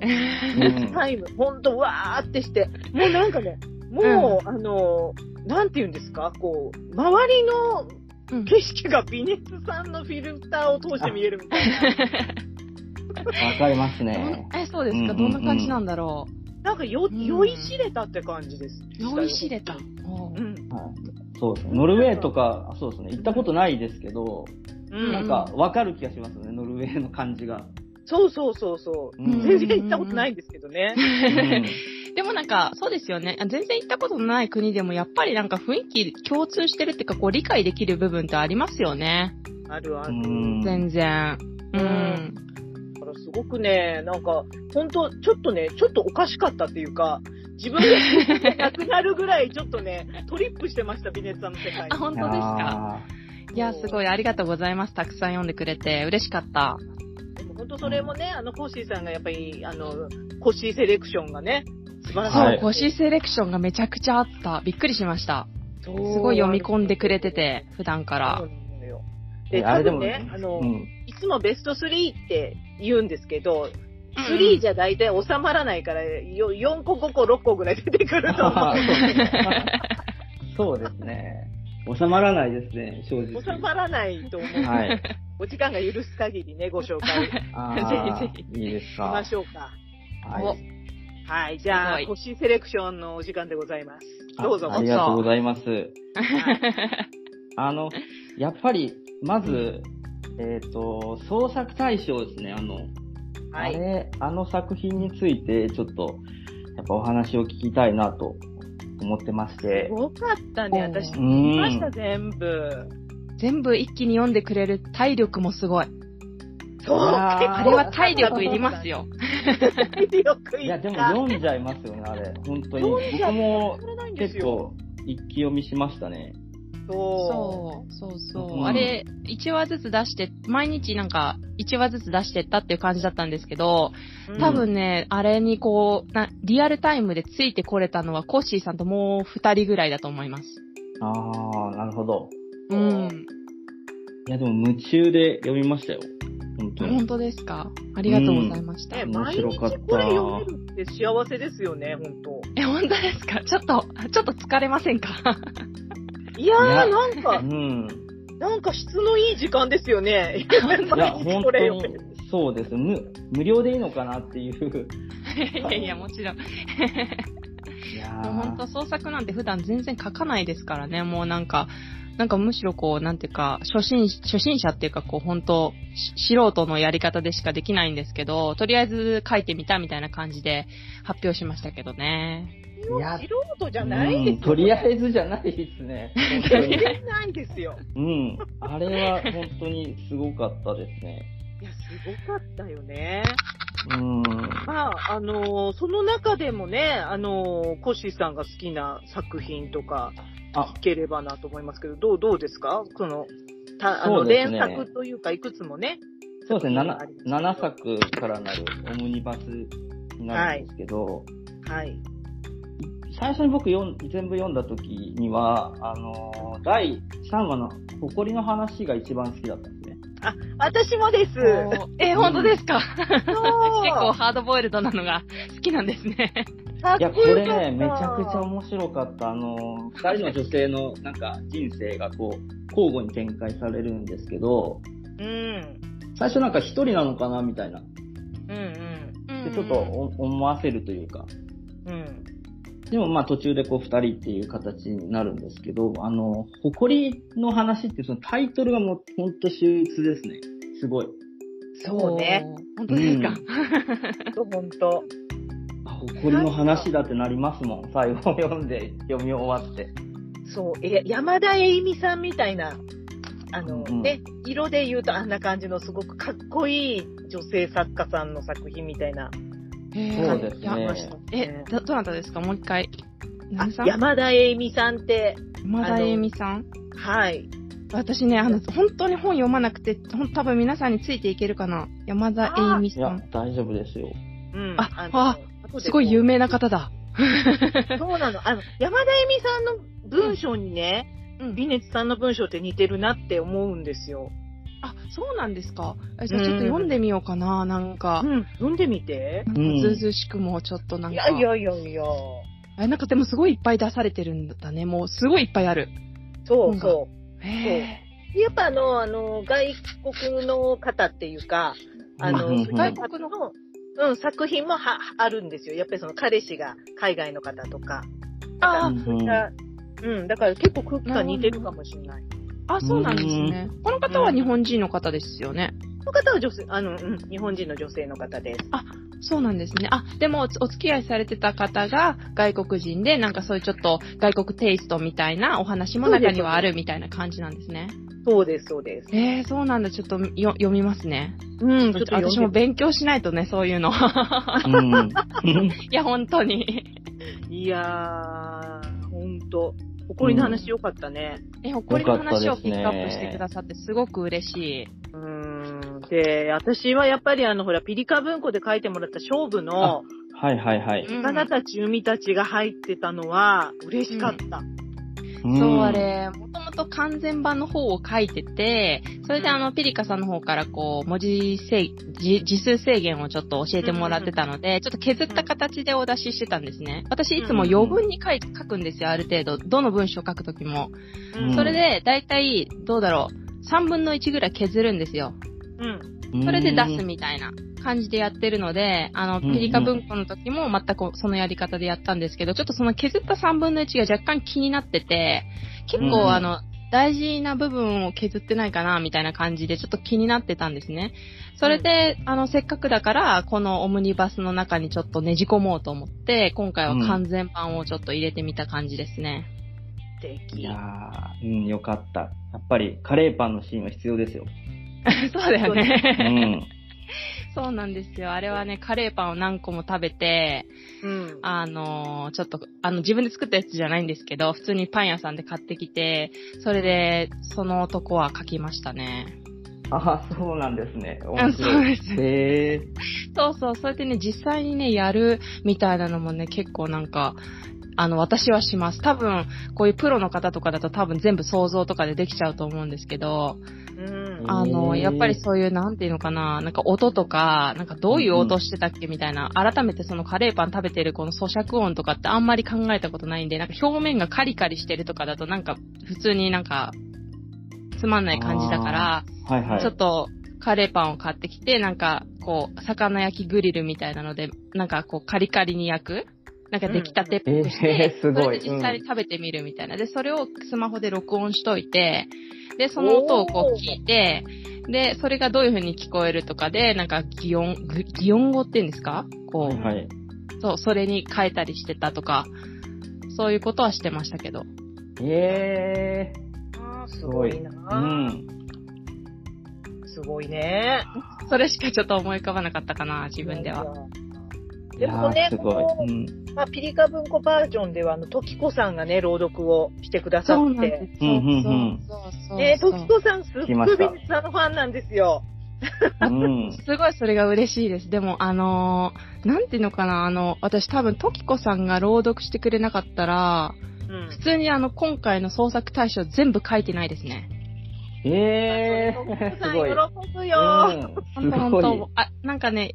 Speaker 1: タイム、ほんと、わーってして、もうなんかね、もう、あの、なんて言うんですか、こう、周りの
Speaker 3: うん
Speaker 1: 景色が微熱さんのフィルターを通して見えるみたい な。
Speaker 2: わかります
Speaker 3: ど
Speaker 2: ね
Speaker 3: ん。え、そうです
Speaker 2: うんうんう
Speaker 3: か。
Speaker 2: ん
Speaker 3: どんな感じなんだろ
Speaker 1: なんかよ、
Speaker 3: うん
Speaker 1: 酔いしれたって感じです。
Speaker 3: う。酔いしれた。お
Speaker 1: う
Speaker 3: ー
Speaker 1: ん。
Speaker 2: はいそうですね。ノルウェーとか、そうですね。行ったことないですけど、
Speaker 1: うん。
Speaker 2: なんかわかる気がしますね。ノルウェーの感じが。
Speaker 1: そうそうそうそう。
Speaker 2: うん
Speaker 1: 全然行ったことないんですけどね。
Speaker 2: うん
Speaker 3: でもなんか、そうですよね。全然行ったことのない国でも、やっぱりなんか雰囲気共通してるっていうか、こう理解できる部分ってありますよね。
Speaker 1: あるあ
Speaker 2: う
Speaker 1: る。
Speaker 2: ん
Speaker 3: 全然。う
Speaker 1: うん
Speaker 3: ん。
Speaker 1: だからすごくね、なんか、ほんと、ちょっとね、ちょっとおかしかったっていうか、自分がなくなるぐらい、ちょっとね、トリップしてました、ビネッツァの世界
Speaker 3: あ、本当ですか。
Speaker 2: あ
Speaker 3: いや、すごいありがとうございます。たくさん読んでくれて、嬉しかった。
Speaker 1: でも本当それもね、あの、コッシーさんがやっぱり、あの、コッシーセレクションがね、素晴らしい。
Speaker 2: は
Speaker 3: そう
Speaker 2: い、
Speaker 3: 星セレクションがめちゃくちゃあった。びっくりしました。
Speaker 1: す
Speaker 3: すごい読み込んでくれてて、普段か
Speaker 1: そうな
Speaker 3: ら。
Speaker 1: のよ。
Speaker 2: ー
Speaker 1: で、
Speaker 2: あ
Speaker 1: 多
Speaker 2: れで
Speaker 1: 分
Speaker 2: も
Speaker 1: ね、あの、
Speaker 2: うん
Speaker 1: いつもベスト3って言うんですけど、3じゃ大体収まらないから、よ4個、5個、6個ぐらい出てくると思う。
Speaker 2: そうですね。収まらないですね、正直。
Speaker 1: 収まらないと思う。
Speaker 2: はい。
Speaker 1: お時間が許す限りね、ご紹介し
Speaker 2: あー
Speaker 3: ぜひぜ
Speaker 2: いいですか。
Speaker 1: ましょうか。
Speaker 2: はい
Speaker 1: はい、じゃあ
Speaker 3: す、ご
Speaker 1: 星セレクションのお時間でございます。どうぞ。
Speaker 2: あありがとうございます。あの、やっぱり、まず、えっ、と、創作大賞ですね。あの、
Speaker 1: は
Speaker 2: あ
Speaker 1: い。
Speaker 2: れ、あの作品について、ちょっと、やっぱお話を聞きたいなと思ってまし
Speaker 1: す
Speaker 2: て。
Speaker 1: ごかったね、私。
Speaker 3: う
Speaker 1: 聞
Speaker 2: う
Speaker 1: きました、
Speaker 2: ん。
Speaker 1: 全部。
Speaker 3: 全部一気に読んでくれる体力もすごい。
Speaker 1: そう、
Speaker 2: あー
Speaker 1: 結構
Speaker 3: あれは体力いります。よ。
Speaker 1: 体力
Speaker 2: い
Speaker 1: い
Speaker 2: や、
Speaker 1: っ
Speaker 2: でも
Speaker 1: た。
Speaker 2: 読んじゃいますよね、あれ。本当に。
Speaker 1: 読んじゃ
Speaker 2: 僕も
Speaker 1: それないんです
Speaker 2: 結
Speaker 1: よ。
Speaker 2: 構、一気読みしましたね。
Speaker 1: そ
Speaker 3: そう、そうそう。
Speaker 2: うん
Speaker 3: あれ、1話ずつ出して、毎日なんか、1話ずつ出してったっていう感じだったんですけど、
Speaker 1: う。
Speaker 3: 多分ね、あれにこうな、リアルタイムでついてこれたのは、コッシーさんともう2人ぐらいだと思います。
Speaker 2: ああ、なるほど。
Speaker 3: う
Speaker 1: うん
Speaker 3: ん。
Speaker 2: いや、でも夢中で読みましたよ。本当に
Speaker 3: 本。当ですかありがとうございました。
Speaker 1: ね、
Speaker 2: 面
Speaker 1: 毎
Speaker 2: 白
Speaker 1: 日
Speaker 2: かった
Speaker 1: これ読めるって幸せですよね、本当
Speaker 3: え、 本当ですかちょっと、ちょっと疲れませんか
Speaker 1: いやー、
Speaker 2: いや
Speaker 1: なんか、
Speaker 2: うん。
Speaker 1: なんか質のいい時間ですよね。
Speaker 2: いや、
Speaker 1: 毎日
Speaker 2: 本
Speaker 1: こ
Speaker 2: 当
Speaker 1: れ
Speaker 2: に
Speaker 1: 読める。、
Speaker 2: そうです。無、無料でいいのかなっていう。
Speaker 3: いやいや、もちろん。
Speaker 2: い やー
Speaker 3: 本当創作なんて普段全然書かないですからね。もうなんか、なんかむしろこう、なんていうか、初心、初心者っていうかこう、本当し素人のやり方でしかできないんですけど、とりあえず書いてみたみたいな感じで発表しましたけどね。
Speaker 2: いや
Speaker 1: 素人じゃないですよ、
Speaker 2: うんとりあえずじゃないで すね。
Speaker 1: 全然ないですよ。
Speaker 2: うん。あれは本当にすごかったですね。
Speaker 1: いや、すごかったよね。
Speaker 2: うん。
Speaker 1: まあ、あのーその中でもね、あのーコッシーさんが好きな作品とか、
Speaker 2: あ
Speaker 1: 聞ければなと思いますけど、どう、どうですかその、た、あの、
Speaker 2: そうで
Speaker 1: 連
Speaker 2: すね
Speaker 1: 作というか、いくつもね。
Speaker 2: そうですね7、7作からなるオムニバスになるんですけど、
Speaker 1: はい。
Speaker 2: 最初に僕読ん全部読んだ時には、あのー第3話の誇りの話が一番好きだったんですね。
Speaker 1: 私もです。
Speaker 3: おーえ、本当ですか
Speaker 1: 結
Speaker 3: 結構、ハードボイルドなのが好きなんですね。
Speaker 1: かっ
Speaker 2: いや、こ
Speaker 1: こよ
Speaker 2: れ
Speaker 1: かった
Speaker 2: ね、めちゃくちゃ面白かった。あのー、二人の女性のなんか人生がこう、交互に展開されるんですけど、
Speaker 1: うん。
Speaker 2: 最初なんか一人なのかなみたいな。
Speaker 1: うんうん。
Speaker 2: でちょっと
Speaker 3: うん
Speaker 2: お思わせるというか。
Speaker 1: うん。
Speaker 2: でもまあ途中でこう二人っていう形になるんですけど、あの、誇りの話ってそのタイトルがもうほんと秀逸ですね。すごい。
Speaker 1: そうね。。
Speaker 3: 本当ですか、
Speaker 1: ほんと。
Speaker 2: あ誇りの話だってなりますもん。最後読んで、読み終わって。
Speaker 1: そう。え、山田栄美さんみたいな、あの、
Speaker 2: うんうん
Speaker 1: ね、色で言うとあんな感じのすごくかっこいい女性作家さんの作品みたいな
Speaker 3: へー
Speaker 2: そうです
Speaker 3: いや
Speaker 2: ね
Speaker 1: ました
Speaker 3: え
Speaker 1: ね、。
Speaker 3: ど、どなたですかもう一回。
Speaker 1: あ
Speaker 3: 何さん
Speaker 1: 山田栄美さんって、
Speaker 3: 山田栄美さん
Speaker 1: はい。
Speaker 3: 私ね、あの、本当に本読まなくて、ほん多分皆さんについていけるかな。山田栄美
Speaker 2: い
Speaker 3: さ
Speaker 2: や
Speaker 3: ん。、
Speaker 2: 大丈夫ですよ。
Speaker 1: うん。
Speaker 3: あ
Speaker 1: の
Speaker 3: あ、
Speaker 1: 後です
Speaker 3: ごい有名な方だ。
Speaker 1: そうなの。あの、山田恵美さんの文章にね、
Speaker 3: うん
Speaker 1: ビネツさんの文章って似てるなって思うんですよ。
Speaker 3: あ、そうなんですか。えじゃあちょっと読んでみようかな、なんか
Speaker 1: う。ん、読んでみて。
Speaker 3: なん
Speaker 2: うん
Speaker 3: かずうずうしくもちょっとなん
Speaker 1: い
Speaker 3: か。
Speaker 1: やいやいやいや。
Speaker 3: え、なんかでもすごいいっぱい出されてるんだね。もうすごいいっぱいある。
Speaker 1: そうそ
Speaker 3: へ
Speaker 1: う。やっぱあの、あの、外国の方っていうか、あの、
Speaker 2: うんうんうん
Speaker 1: 外国の、うん、作品もは、あるんですよ。やっぱりその彼氏が海外の方とか。
Speaker 3: あ
Speaker 2: うん
Speaker 1: そういったうん、だから結構空気感似てるかもしれない。
Speaker 3: あ、そうなんですね。この方は日本人の方ですよね。
Speaker 1: この方は女性、あの、うん、日本人の女性の方です。
Speaker 3: そうなんですね。あ、でもおお付き合いされてた方が外国人で、なんかそういうちょっと外国テイストみたいなお話も中にはあるみたいな感じなんですね。
Speaker 1: そうです、そうです。
Speaker 3: えー、そうなんだ。ちょっとよ読みますね。
Speaker 1: うん、ちょっと読んで
Speaker 3: 私も勉強しないとね、そういうの。
Speaker 2: うん。
Speaker 3: いや、本当 に。
Speaker 1: いやー、ほんと。誇りの話よかったね。
Speaker 3: え、誇りの話
Speaker 2: よ
Speaker 3: を
Speaker 2: かったです
Speaker 3: ピ
Speaker 2: ね
Speaker 3: ックアップしてくださってすごく嬉しい。
Speaker 1: うーん。で、私はやっぱりあの、ほら、ピリカ文庫で書いてもらった勝負の、
Speaker 2: はいはいはい。
Speaker 3: うん
Speaker 1: 魚たち、海たちが入ってたのは、嬉しかった。
Speaker 2: ん
Speaker 3: そう、あ。れ、もともと完全版の方を書いてて、それであの、ピリカさんの方からこう、文字制、字字数制限をちょっと教えてもらってたので、ちょっと削った形でお出ししてたんですね。私いつも余分に書い書くんですよ、ある程度。どの文章書くときも。
Speaker 2: うん
Speaker 3: それ、で、だいたい、どうだろう、3分の1ぐらい削るんですよ。
Speaker 1: うん。
Speaker 3: それで出すみたいな感じでやってるので、あの、
Speaker 2: うんうん
Speaker 3: ピリカ文庫の時も全くそのやり方でやったんですけど、ちょっとその削った3分の1が若干気になってて、結
Speaker 2: うんうん
Speaker 3: 構あの、大事な部分を削ってないかな、みたいな感じで、ちょっと気になってたんですね。それで、あの、せっかくだから、このオムニバスの中にちょっとねじ込もうと思って、今回は完全版をちょっと入れてみた感じで すね。
Speaker 1: 素敵。
Speaker 2: いやー、うん、よかった。やっぱりカレーパンのシーンは必要ですよ。
Speaker 3: そうだよ
Speaker 2: う
Speaker 3: ね。
Speaker 2: ん。
Speaker 3: そうなんですよ。あれはね、カレーパンを何個も食べて、
Speaker 1: うん。
Speaker 3: あのーちょっと、あの、自分で作ったやつじゃないんですけど、普通にパン屋さんで買ってきて、それで、その男は書きましたね。
Speaker 2: ああ、そうなんですね。
Speaker 3: あ
Speaker 2: 面
Speaker 3: そう
Speaker 2: 白い。
Speaker 3: です。
Speaker 2: へえ。
Speaker 3: そうそう、そうやってね、実際にね、やるみたいなのもね、結構なんか、あの、私はします。多分、こういうプロの方とかだと多分全部想像とかでできちゃうと思うんですけど、
Speaker 1: うん。
Speaker 3: あの、
Speaker 2: へー
Speaker 3: やっぱりそういう、なんていうのかな、なんか音とか、なんかどういう音してたっけみたいな、改めてそのカレーパン食べてるこの咀嚼音とかってあんまり考えたことないんで、なんか表面がカリカリしてるとかだとなんか普通になんかつまんない感じだから、
Speaker 2: はいはい。
Speaker 3: ちょっとカレーパンを買ってきて、なんかこう、魚焼きグリルみたいなので、なんかこうカリカリに焼くなんか出来たてっぽくし
Speaker 2: うんえ
Speaker 3: て
Speaker 2: ー、すごい
Speaker 3: それで実際に食べてみるみたいな。で、それをスマホで録音しといて、で、その音をこう聞いて、で、それがどういう風に聞こえるとかで、なんか擬音、ぐ擬音語って言うんですかこう、
Speaker 2: はい。
Speaker 3: そう、それに変えたりしてたとか、そういうことはしてましたけど。
Speaker 2: ええ
Speaker 1: あーすごいな
Speaker 2: ー。う
Speaker 1: ー、
Speaker 2: ん。
Speaker 1: すごいね。
Speaker 3: それしかちょっと思い浮かばなかったかな、自分では。。
Speaker 1: でもね
Speaker 2: いやーすごい。うん。
Speaker 1: まあ、ピリカ文庫バージョンでは、あの、トキコさんがね、朗読をしてくださ
Speaker 3: そう
Speaker 1: っ
Speaker 3: なんで
Speaker 1: て。
Speaker 3: す。
Speaker 2: う
Speaker 3: そ
Speaker 2: んう
Speaker 3: う
Speaker 2: んうん
Speaker 3: そうそう。
Speaker 1: ね、
Speaker 3: そ
Speaker 1: ト
Speaker 3: う
Speaker 1: キコさん、すっごい
Speaker 2: 聞きました
Speaker 1: ビネさんのファンなんですよ。
Speaker 2: うん。
Speaker 3: すごいそれが嬉しいです。でも、あのーなんていうのかな、あの、私多分、トキコさんが朗読してくれなかったら、
Speaker 1: うん
Speaker 3: 普。通にあの、今回の創作大賞全部書いてないですね。
Speaker 2: ええ
Speaker 1: トキコ
Speaker 2: ー。
Speaker 1: さ
Speaker 2: す
Speaker 1: ん、
Speaker 2: ごい。
Speaker 1: 喜ぶよ。
Speaker 2: うん、す
Speaker 3: 本
Speaker 2: ご
Speaker 3: 当
Speaker 2: い。
Speaker 3: あ、なんかね、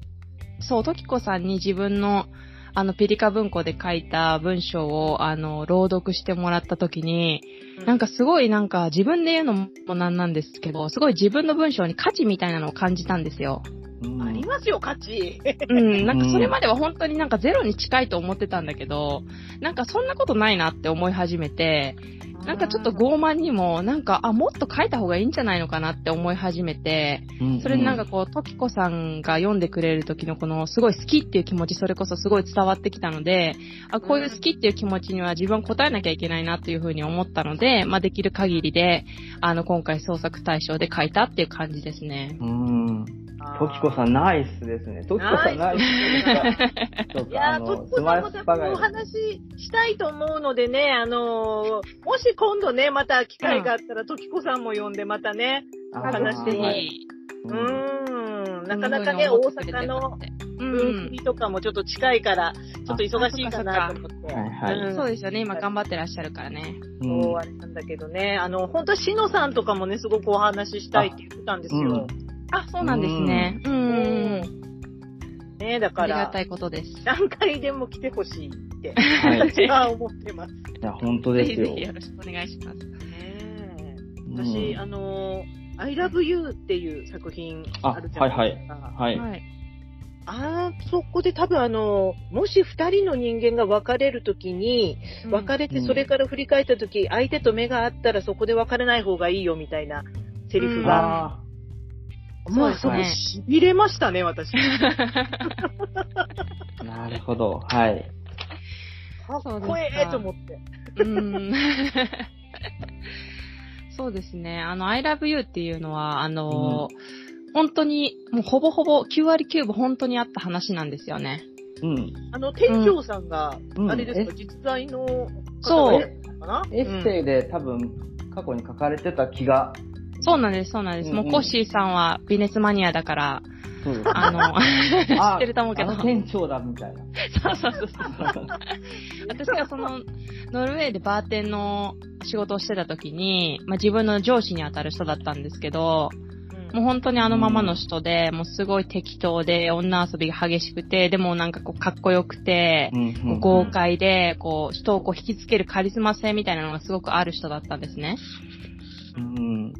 Speaker 3: そう、トキコさんに自分の、あの、ピリカ文庫で書いた文章を、あの、朗読してもらった時に、なんか、すごいなんか、自分で言うのもなんなんですけど、すごい自分の文章に価値みたいなのを感じたんですよ。
Speaker 2: うん
Speaker 1: ありますよ、価値。
Speaker 3: うん、なんかそれまでは本当になんかゼロに近いと思ってたんだけど、なんかそんなことないなって思い始めて、 なんかちょっと
Speaker 1: ゴ
Speaker 3: 傲慢にも、なんか、あ、もっと書いた方がいいんじゃないのかなって思い始めて、それでなんかこう、トキコさんが読んでくれる時のこの、すごい好きっていう気持ち、それこそすごい伝わってきたので、あ、こういう好きっていう気持ちには自分は応えなきゃいけないなっていうふうに思ったので、まあできる限りで、あの、今回創作大賞で書いたっていう感じですね。
Speaker 2: うん。トキコさん、ナイスですね。トキコさん、ナイス。そう
Speaker 1: い
Speaker 2: か、
Speaker 1: や
Speaker 2: あ
Speaker 1: ー、と
Speaker 2: の
Speaker 1: っ、
Speaker 2: ス
Speaker 1: こさん
Speaker 2: マ
Speaker 1: も
Speaker 2: ス
Speaker 1: た
Speaker 2: パ
Speaker 1: く
Speaker 2: が
Speaker 1: お話ししたいと思うのでね、あのーもし今度ね、また機会があったら、ときこさんも呼んで、またね、
Speaker 2: あ
Speaker 1: 話していい
Speaker 2: はいうん
Speaker 1: うーん、な
Speaker 3: そ
Speaker 1: かな
Speaker 3: ん
Speaker 1: か
Speaker 3: 風に
Speaker 1: ね、
Speaker 3: 思
Speaker 1: 大
Speaker 3: ってくれて
Speaker 1: 阪
Speaker 3: る
Speaker 1: の
Speaker 3: って、
Speaker 1: 文振りとかもちょっと近いから、ちょっと忙しいかなと思って。
Speaker 2: はいはい
Speaker 1: うん
Speaker 3: そうですよね、今頑張ってらっしゃるからね。
Speaker 2: うん
Speaker 1: そうあれなんだけどね、あの、本当はしのさんとかもね、すごくお話ししたいって言ってたんですよ。
Speaker 3: あ、そうなんですね。うん。
Speaker 1: う
Speaker 3: うん
Speaker 1: ね、だか
Speaker 3: ありが
Speaker 1: ら
Speaker 3: た、いことです。
Speaker 1: 何回でも来てほしいって、
Speaker 2: はい。
Speaker 1: 私は思ってます。
Speaker 2: いや、本当
Speaker 3: ぜ
Speaker 2: で
Speaker 3: ひ
Speaker 2: す
Speaker 3: ぜ
Speaker 2: よ
Speaker 3: ひ。よろしくお願いします。
Speaker 1: ね
Speaker 2: うん
Speaker 1: 私、あのー、I love you っていう作品あるじゃないですか。あ,、
Speaker 2: はい。
Speaker 3: はい。
Speaker 1: そこで多分あのー、もし二人の人間が別れるときに、別れてそれから振り返ったとき、相手と目が合ったらそこで別れない方がいいよみたいなセリフが。
Speaker 2: あ
Speaker 3: うん
Speaker 1: もう
Speaker 3: そ
Speaker 1: そうこ
Speaker 3: ですね
Speaker 1: 痺れましたね、 私。
Speaker 2: あ、なるほど。はい。
Speaker 1: かっこええと思って。
Speaker 3: うん。 そうですね。あの、I love you っていうのは、あの、本当に、もうほぼほぼ9割9分本当にあった話なんですよね。
Speaker 2: うん。
Speaker 1: あの、店長さんが、
Speaker 2: うん
Speaker 1: あれですか、
Speaker 2: え
Speaker 1: 実在の方
Speaker 3: そ
Speaker 1: が
Speaker 3: う
Speaker 1: いるのかな
Speaker 2: エッセイで多分、過去に書かれてた気が、
Speaker 3: そうなんです、そうなんです。もうコッシーさんはビネスマニアだから、
Speaker 2: そうです。
Speaker 3: あの、知
Speaker 2: あ
Speaker 3: ってると思うけど。
Speaker 2: あの店長だ、みたい な。
Speaker 3: そうそうそうそう。私がその、ノルウェーでバーテンの仕事をしてた時に、まあ自分の上司に当たる人だったんですけど、もう本当にあのままの人で、もうすごい適当で、女遊びが激しくて、でもなんかこうかっこよくて、
Speaker 2: ん
Speaker 3: 豪快で、こう、人をこう引きつけるカリスマ性みたいなのがすごくある人だったんですね。
Speaker 2: うん。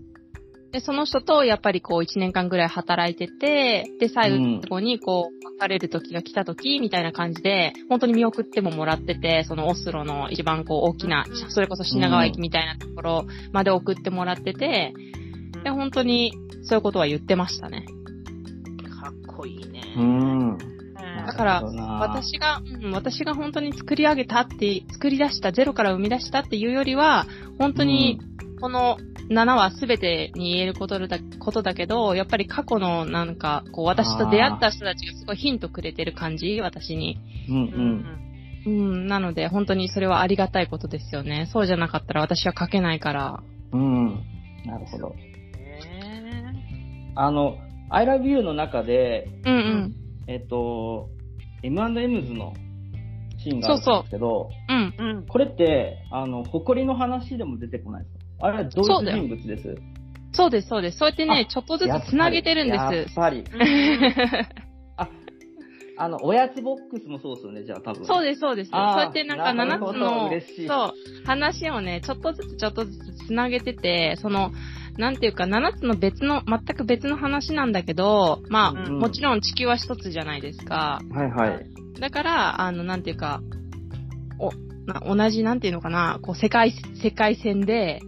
Speaker 3: で、その人とやっぱりこう一年間ぐらい働いてて、で、最後にこう、別れる時が来た時みたいな感じで、本当に見送ってももらってて、そのオスロの一番こう大きな
Speaker 1: うん、
Speaker 3: それこそ品川駅みたいなところまで送ってもらってて、で、
Speaker 1: か
Speaker 3: 本当にそういうことは言ってましたね。
Speaker 1: っこいいね。
Speaker 2: うん。
Speaker 3: だから
Speaker 2: なるほどな、
Speaker 3: 私が、うん、私が本当に作り上げたって、作り出した、ゼロから生み出したっていうよりは、本当にこの7は全てに言えることだことだけど、やっぱり過去のなんか、こう私と出会った人たちがすごいヒントくれてる感じ、私に。
Speaker 2: うん、うん。
Speaker 3: うん、なので本当にそれはありがたいことですよね。そうじゃなかったら私は書けないから。
Speaker 2: うん。なるほど。
Speaker 1: ね
Speaker 2: あの、I love you の中で、
Speaker 3: うんうん。
Speaker 2: えっと、M&M's のシーンがあるんですけど、
Speaker 3: うん。
Speaker 1: うん。
Speaker 2: これって、あの、誇りの話でも出てこないですかあれは同
Speaker 3: そう
Speaker 2: 一
Speaker 3: だよ
Speaker 2: 人物です。
Speaker 3: そうです、そうです。そうやってね、ちょっとず
Speaker 2: やっぱ
Speaker 3: つ
Speaker 2: り
Speaker 3: 繋げてるんで
Speaker 2: やっぱり。あの、おやつボックスもそうですよね、じゃあ多分。
Speaker 3: す。そうです、そうです。そう
Speaker 2: あー
Speaker 3: やってなんか
Speaker 2: なるほど
Speaker 3: 7つの
Speaker 2: 嬉し、い
Speaker 3: そう、話をね、ちょっとずつちょっとずつ繋げてて、その、なんていうか、7つの別の、全く別の話なんだけど、まあ、
Speaker 1: うん
Speaker 3: もちろん地球は一つじゃないですか。
Speaker 2: ろん。はいはい。
Speaker 3: だから、あの、なんていうか、おな同じ、なんていうのかな、こう世界、世界線で、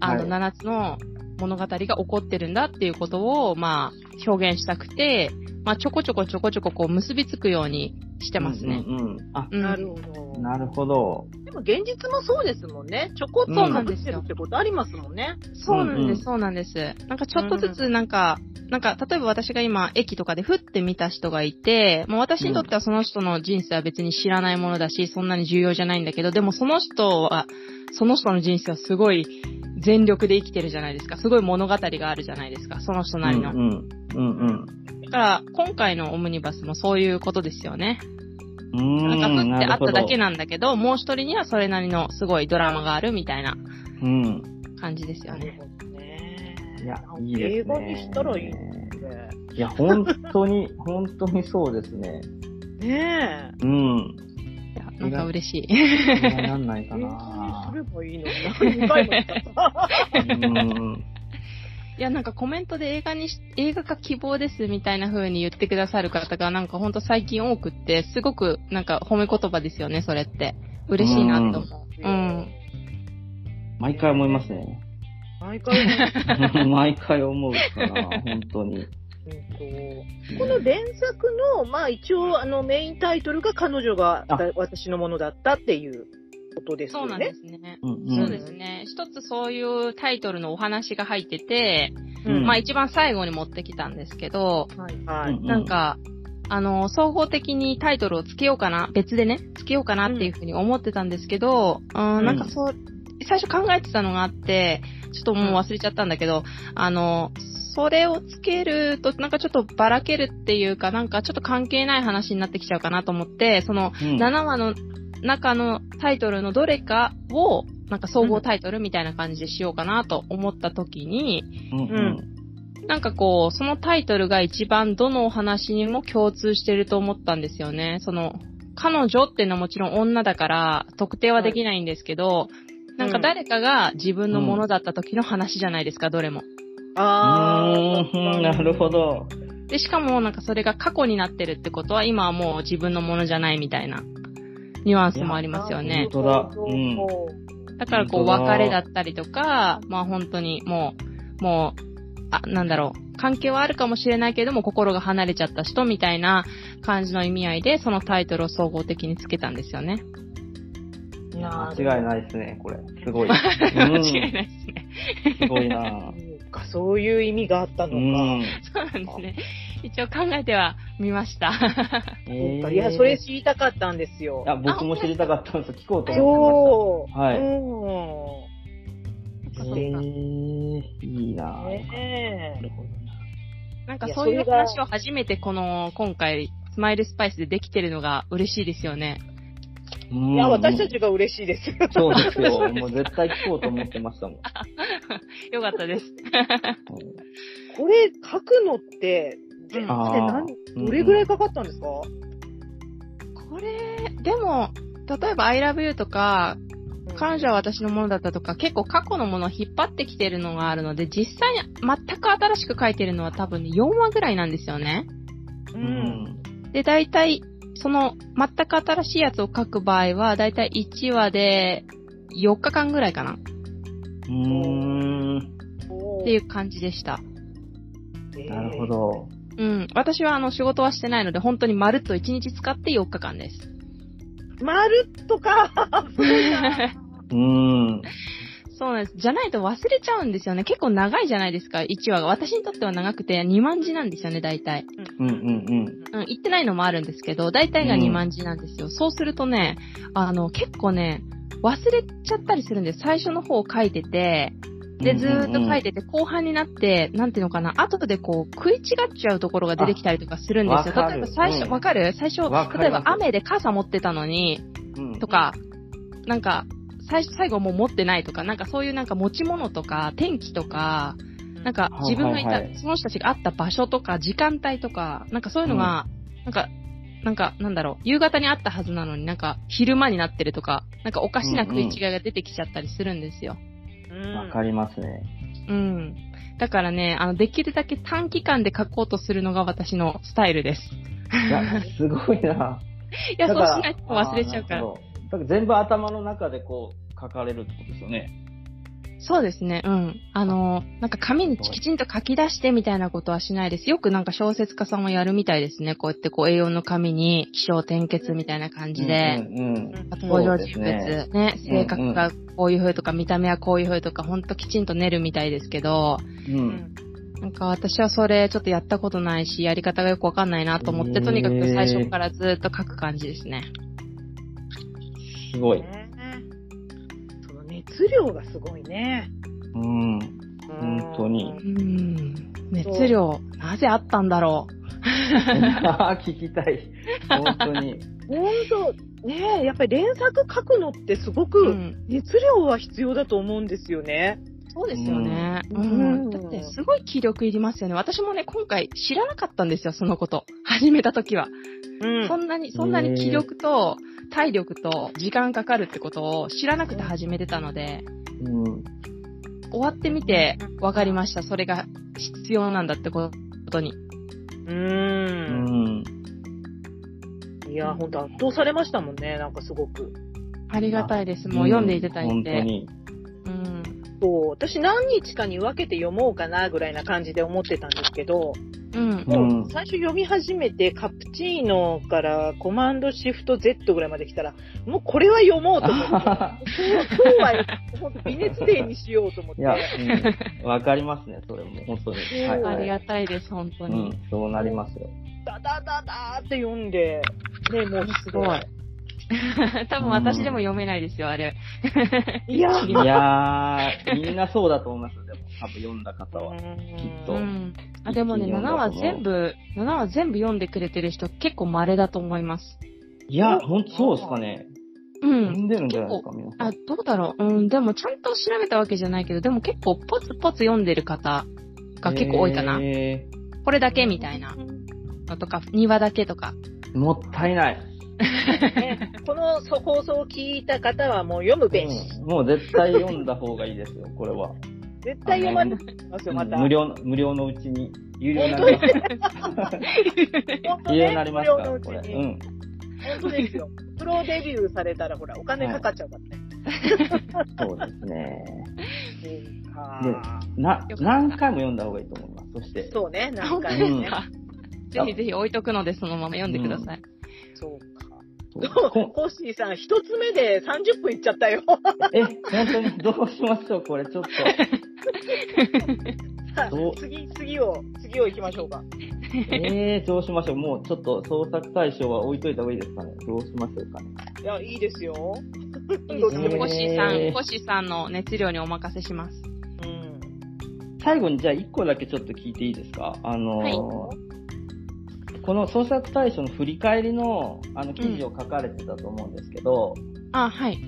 Speaker 3: あの、
Speaker 2: は
Speaker 3: 7つの物語が起こってるんだっていうことを、まあ、表現したくて、まあ、ちょこちょこちょこちょここう結びつくようにしてますね。
Speaker 2: うんうんうんあ、
Speaker 3: うん
Speaker 1: なるほど。
Speaker 2: なるほど。
Speaker 1: でも現実もそうですもんね。ちょこっと
Speaker 2: そうなん
Speaker 1: 隠
Speaker 3: です
Speaker 1: してる
Speaker 3: よ
Speaker 1: ってことありますもんね。
Speaker 3: そうなん
Speaker 2: うんう
Speaker 3: で
Speaker 2: ん
Speaker 3: す、そうなんです。なんかちょっとずつなんか、なんか例えば私が今駅とかでふって見た人がいて、もう私にとってはその人の人生は別に知らないものだし、そんなに重要じゃないんだけど、でもその人は、その人の人生はすごい全力で生きてるじゃないですか。すごい物語があるじゃないですか、その人なりの。
Speaker 2: うんうん。うん
Speaker 3: だから今回のオムニバスもそういうことですよね。
Speaker 2: うん。
Speaker 3: なんか
Speaker 2: うー
Speaker 3: ふってあ
Speaker 2: なる
Speaker 3: っ
Speaker 2: ほ
Speaker 3: た
Speaker 2: ど
Speaker 3: だけなんだけど、もう一人にはそれなりのすごいドラマがあるみたいな
Speaker 2: うん。
Speaker 3: 感じですよ
Speaker 1: なる
Speaker 3: ね。
Speaker 1: ほどね。
Speaker 2: いや、いいですね。
Speaker 1: 映画にしたらいいね。
Speaker 2: いや、本当に、 本当にそうですね。
Speaker 1: ねえ。
Speaker 2: うん。
Speaker 3: いやなんか嬉しい。
Speaker 2: 気になんない
Speaker 1: 映画
Speaker 2: か
Speaker 1: に
Speaker 2: な
Speaker 1: すればいいのにな。2回も言っちゃった。
Speaker 2: うん。
Speaker 3: いや、なんかコメントで映画にし、映画化希望ですみたいな風に言ってくださる方がなんかほんと最近多くって、すごくなんか褒め言葉ですよね、それって。嬉しいなって思う。 うん。
Speaker 2: 毎回思いますね。
Speaker 1: 毎回なんか、
Speaker 2: 毎回思うかな、本当に。
Speaker 1: うんとこの連作の、まあ一応、あの、メインタイトルが彼女が
Speaker 2: あ
Speaker 1: 私のものだったっていうことです
Speaker 3: そう
Speaker 1: よ
Speaker 3: なん
Speaker 1: ね
Speaker 3: で。すね。
Speaker 2: うんうん
Speaker 3: そうですね。一つそういうタイトルのお話が入ってて、
Speaker 2: うん
Speaker 3: まあ一番最後に持ってきたんですけど、
Speaker 1: はいは
Speaker 2: う
Speaker 1: い。
Speaker 2: ん
Speaker 3: なんか、あの、総合的にタイトルをつけようかな、別でね、つけようかなっていうふうに思ってたんですけど、うん、
Speaker 2: うん
Speaker 3: なんかそう、最初考えてたのがあって、ちょっともう忘れちゃったんだけど、あの、それをつけると、なんかちょっとばらけるっていうか、なんかちょっと関係ない話になってきちゃうかなと思って、その、
Speaker 2: うん
Speaker 3: 7話の中のタイトルのどれかを、なんか総合タイトルみたいな感じでしようかなと思った時に、
Speaker 2: うんうん
Speaker 3: なんかこう、そのタイトルが一番どのお話にも共通してると思ったんですよね。その、彼女っていうのはもちろん女だから特定はできないんですけど、なんか誰かが自分のものだった時の話じゃないですか、どれも。
Speaker 1: あ
Speaker 2: う
Speaker 1: ー。
Speaker 2: んなるほ。ど。
Speaker 3: で、しかもなんかそれが過去になってるってことは今はもう自分のものじゃないみたいなニュアンスもありますよ
Speaker 2: いや
Speaker 3: ね
Speaker 2: 本。当だうん
Speaker 3: だからこう、
Speaker 2: 本当だ
Speaker 3: 別れだったりとか、まあ本当にもう、もう、あ、なんだろう、関係はあるかもしれないけれども、心が離れちゃった人みたいな感じの意味合いで、そのタイトルを総合的につけたんですよね。
Speaker 1: いやー
Speaker 2: 間違いないですね、これ。すごい。間
Speaker 3: 間違いないですね。
Speaker 2: すごいな
Speaker 1: そうかそういう意味があった
Speaker 2: う
Speaker 1: のか。
Speaker 2: ん。
Speaker 3: そうなんですね。一応考えてはみました。
Speaker 2: えー
Speaker 1: いや、それ知りたかったんですよ。
Speaker 2: あ、僕も知りたかったんです。聞こうと思
Speaker 1: そう
Speaker 2: ってました。はい。
Speaker 1: うん。
Speaker 2: えー、いいなぁ。
Speaker 1: ね
Speaker 2: なるほどな
Speaker 3: なんかそういう話を初めてこの、今回、スマイルスパイスでできてるのが嬉しいですよね。
Speaker 2: うん
Speaker 1: え。いや、私たちが嬉しいです。
Speaker 2: そうですよ。もう絶対聞こうと思ってましたもん。
Speaker 3: よかったです。
Speaker 1: これ書くのって、全部で
Speaker 2: あ
Speaker 1: 何、
Speaker 2: ー
Speaker 1: どれぐらいかかったんですか、
Speaker 3: これ、でも、例えば I love you とか、彼女は私のものだったとか、結構過去のものを引っ張ってきてるのがあるので、実際に全く新しく書いてるのは多分ね、4話ぐらいなんですよね。
Speaker 1: う。
Speaker 2: うんん。
Speaker 3: で、大体、その、全く新しいやつを書く場合は、大体1話で4日間ぐらいかなっ
Speaker 2: うん。
Speaker 1: って
Speaker 3: いう感じでした。
Speaker 2: なるほ。ど。
Speaker 3: うん。私はあの、仕事はしてないので、本当にまるっと1日使って4日間です。
Speaker 1: まるっと か。すごいな
Speaker 2: うん。
Speaker 3: そうなんです。じゃないと忘れちゃうんですよね。結構長いじゃないですか、1話が。私にとっては長くて、2万字なんですよね、大体。
Speaker 2: うんうん
Speaker 3: うん、言ってないのもあるんですけど、大体が
Speaker 2: うん
Speaker 3: 2万字なんですよ。そうするとね、あの、結構ね、忘れちゃったりするんです。最初の方を書いてて、
Speaker 2: うん。
Speaker 3: で、ずーっと書いてて、後半になって、なんていうのかな、後でこう、食い違っちゃうところが出てきたりとかするんです
Speaker 2: あわ
Speaker 3: よ。
Speaker 2: か
Speaker 3: 例
Speaker 2: る
Speaker 3: えば最
Speaker 2: う
Speaker 3: 初、
Speaker 2: ん
Speaker 3: わ、かる最初
Speaker 2: わか、る
Speaker 3: 例えば雨で傘持ってたのに、
Speaker 2: うん
Speaker 3: とか、なんか、最初、最後もう持ってないとか、なんかそういうなんか持ち物とか、天気とか、なんか
Speaker 2: はい
Speaker 3: 自分がいた、
Speaker 2: はいはい
Speaker 3: その人たちが会った場所とか、時間帯とか、なんかそういうのが、なんか、なんか、なんだろう、夕方にあったはずなのになんか、昼間になってるとか、なんかおかしな食い違いが出てきちゃったりするんですよ。
Speaker 1: うん
Speaker 2: わかります ね。
Speaker 3: うん。だからね、あの、できるだけ短期間で書こうとするのが私のスタイルです。
Speaker 2: いや、すごいなぁ。
Speaker 3: いや、
Speaker 2: だ
Speaker 3: そう
Speaker 2: から
Speaker 3: しないと忘れちゃうか
Speaker 2: あーな
Speaker 3: ら。
Speaker 2: るほどだから全部頭の中でこう書かれるってことですよね。
Speaker 3: そうですね、うん。あの、なんか紙にきちんと書き出してみたいなことはしないです。よくなんか小説家さんもやるみたいですね。こうやってこう A4 の紙に気象転結みたいな感じで。
Speaker 2: うんうんうん、
Speaker 1: うん
Speaker 3: 登場人物、
Speaker 2: そうで
Speaker 3: ね性格がこういう風とか、見た目はこういう風とか、ほんときちんと練るみたいですけど、
Speaker 2: う。
Speaker 1: うんん
Speaker 3: なんか私はそれちょっとやったことないし、やり方がよくわかんないなと思って、
Speaker 2: へー
Speaker 3: とにかく最初からずっと書く感じですね。
Speaker 2: すごい。
Speaker 1: ねその熱量がすごいね。
Speaker 2: うん。
Speaker 1: う ん
Speaker 2: 本当に
Speaker 3: うん。熱量、なぜあったんだろう。
Speaker 2: 聞きたい。本当に。
Speaker 1: 本当、ねえやっぱり連作書くのってすご
Speaker 3: う
Speaker 1: く
Speaker 3: ん。
Speaker 1: 熱量は必要だと思うんですよね。
Speaker 3: そうですよね。
Speaker 1: う
Speaker 3: うんん。だってすごい気力いりますよね。私もね、今回知らなかったんですよ、そのこと。 始めた時は。
Speaker 1: うん
Speaker 3: そんなに、そんなに気力と体力と時間かかるってことを知らなくて始めてたので、
Speaker 2: うん。
Speaker 3: 終わってみて分かりました。それが必要なんだってことに。
Speaker 1: う。
Speaker 2: うんん。
Speaker 1: いや、本当圧倒されましたもんね、なんかすごく。
Speaker 3: ありがたいです。もう読んでいただい
Speaker 2: 本当
Speaker 3: て。
Speaker 2: に。
Speaker 3: うん。
Speaker 1: そう、私何日かに分けて読もうかな、ぐらいな感じで思ってたんですけど、
Speaker 3: うん。
Speaker 1: も
Speaker 2: う
Speaker 1: うん最初読み始めて、カプチーノからコマンドシフト Z ぐらいまで来たら、もうこれは読もうと思って、今日は本当微熱デーにしようと思っ
Speaker 2: い
Speaker 1: て。
Speaker 2: や、うんわかりますね、それも。本当に。はい、
Speaker 3: あり
Speaker 2: が
Speaker 3: がたいです、本当
Speaker 2: と
Speaker 3: に。
Speaker 2: うん、そうなりますよ。
Speaker 1: ダダダダーって読んで、ね、もうす
Speaker 3: ごい。 多分私でも読めないですよ、あれ。
Speaker 1: いやー
Speaker 2: いやー、みんなそうだと思いますよ、でも。多分読んだ方は。
Speaker 1: っ
Speaker 2: と
Speaker 3: うん。あ、でもね、
Speaker 2: 一気に読んだ
Speaker 3: 7
Speaker 2: と思
Speaker 3: 話
Speaker 2: う
Speaker 3: 全部、7話全部読んでくれてる人結構稀だと思います。
Speaker 2: いや、ほんとそうですかね。
Speaker 3: うん
Speaker 2: 読。んでるんじゃないですか、皆さ
Speaker 3: あ
Speaker 2: ん。、
Speaker 3: どうだろう。うん、でもちゃんと調べたわけじゃないけど、でも結構ポツポツ読んでる方が結構多いかな。
Speaker 2: え
Speaker 3: これだけみたいなのとか、2話だけとか。
Speaker 2: ー、もったいない。
Speaker 1: ね、この放送を聞いた方はもう読むべし。
Speaker 2: うんもう絶対読んだ方がいいですよ、これは。
Speaker 1: 絶対読まなくなりますよ、また。
Speaker 2: 無料の、無料のうちに、有料になります。
Speaker 1: 本当
Speaker 2: 有料
Speaker 1: ね
Speaker 2: になり
Speaker 1: 無
Speaker 2: ます
Speaker 1: 料
Speaker 2: か
Speaker 1: の
Speaker 2: ら、
Speaker 1: うち
Speaker 2: これ。う
Speaker 1: に。
Speaker 2: ん。
Speaker 1: 本当ですよ。プロデビューされたら、ほら、お金かかっちゃうからね。
Speaker 2: そうですね。
Speaker 1: は
Speaker 2: な、何回も読んだ方がいいと思います。そし
Speaker 1: い
Speaker 2: て。
Speaker 1: そうね、何
Speaker 3: 本当
Speaker 1: 回
Speaker 3: で
Speaker 1: も
Speaker 3: す
Speaker 1: ね。
Speaker 3: か、ぜひぜひ置いとくので、そのまま読んでください。
Speaker 1: そうか。
Speaker 2: そうこん
Speaker 1: コッシーさん、一つ目で30分いっちゃったよ。
Speaker 2: え、本当にどうしましょう、これちょっと。
Speaker 1: さあ
Speaker 2: どう
Speaker 1: 次、次を、次を行きましょうか。
Speaker 2: えー、どうしましょう。もうちょっと創作対象は置いといた方がいいですかね。どうしましょうかね。
Speaker 1: いや、いいですよ。
Speaker 3: いいです
Speaker 2: え
Speaker 3: ね。
Speaker 2: ー
Speaker 3: コッシーさん、コッシーさんの熱量にお任せします。
Speaker 1: うん。
Speaker 2: 最後にじゃあ1個だけちょっと聞いていいですかあのー
Speaker 3: はい
Speaker 2: この創作対象の振り返りのあの記事を書かれてたと思うんですけど、
Speaker 3: あ、はい。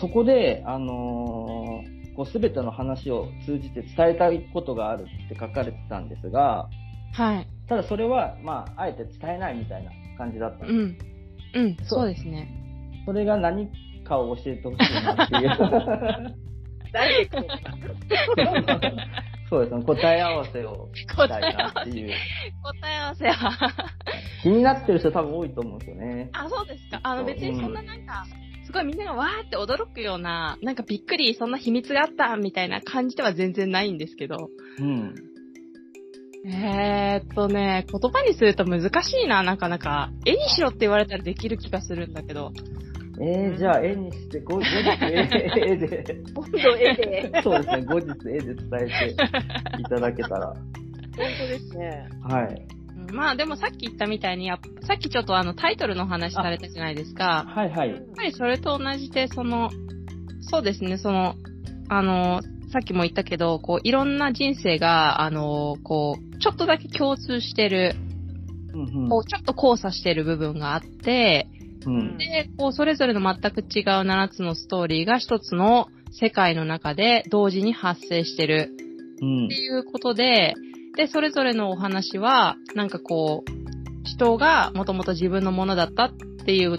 Speaker 2: そこで、あのーこう全ての話を通じて伝えたいことがあるって書かれてたんですが、
Speaker 3: はい。
Speaker 2: ただそれは、まあ、あえて伝えないみたいな感じだったんで
Speaker 3: う
Speaker 2: す。
Speaker 3: ん。うん、
Speaker 2: そう
Speaker 3: そうですね。
Speaker 2: それが何かを教えてほしいなって いう。
Speaker 1: ダイレクトな。
Speaker 2: そうですね、答え合わせをしたいなっていう。
Speaker 3: 答え合わせは。
Speaker 2: 気になってる人多分多いと思うんですよね。
Speaker 3: あ、そうですか。あ
Speaker 2: そ
Speaker 3: の
Speaker 2: う
Speaker 3: 別にそんななんか、すごいみんながわーって驚くような、なんかびっくり、そんな秘密があったみたいな感じでは全然ないんですけど。
Speaker 2: うん。
Speaker 3: えーっとね、言葉にすると難しいな、なかなか。絵にしろって言われたらできる気がするんだけど。
Speaker 2: えー、じゃあ絵にして、後後日絵絵 で、
Speaker 1: 今度絵で。
Speaker 2: そうですね、後日絵で伝えていただけたら。
Speaker 1: 本当ですね。
Speaker 2: はい。
Speaker 3: うんまあでもさっき言ったみたいに、やっぱさっきちょっとあのタイトルの話されたじゃないですか。
Speaker 2: はいはい。
Speaker 3: やっぱりそれと同じで、その、そうですね、その、あの、さっきも言ったけど、こう、いろんな人生が、あの、こう、ちょっとだけ共通してる、
Speaker 2: うんうん
Speaker 3: こう、ちょっと交差してる部分があって、
Speaker 2: うん
Speaker 3: で、こう、それぞれの全く違う7つのストーリーが一つの世界の中で同時に発生してる
Speaker 2: うん
Speaker 3: っていうことで、で、それぞれのお話は、なんかこう、人がもともと自分のものだったっていう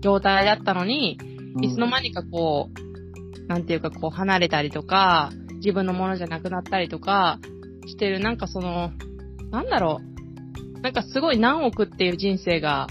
Speaker 3: 状態だったのに、いつの間にかこう、なんていうかこう離れたりとか、自分のものじゃなくなったりとかしてる、なんかその、なんだろう。なんかすごい何億っていう人生が、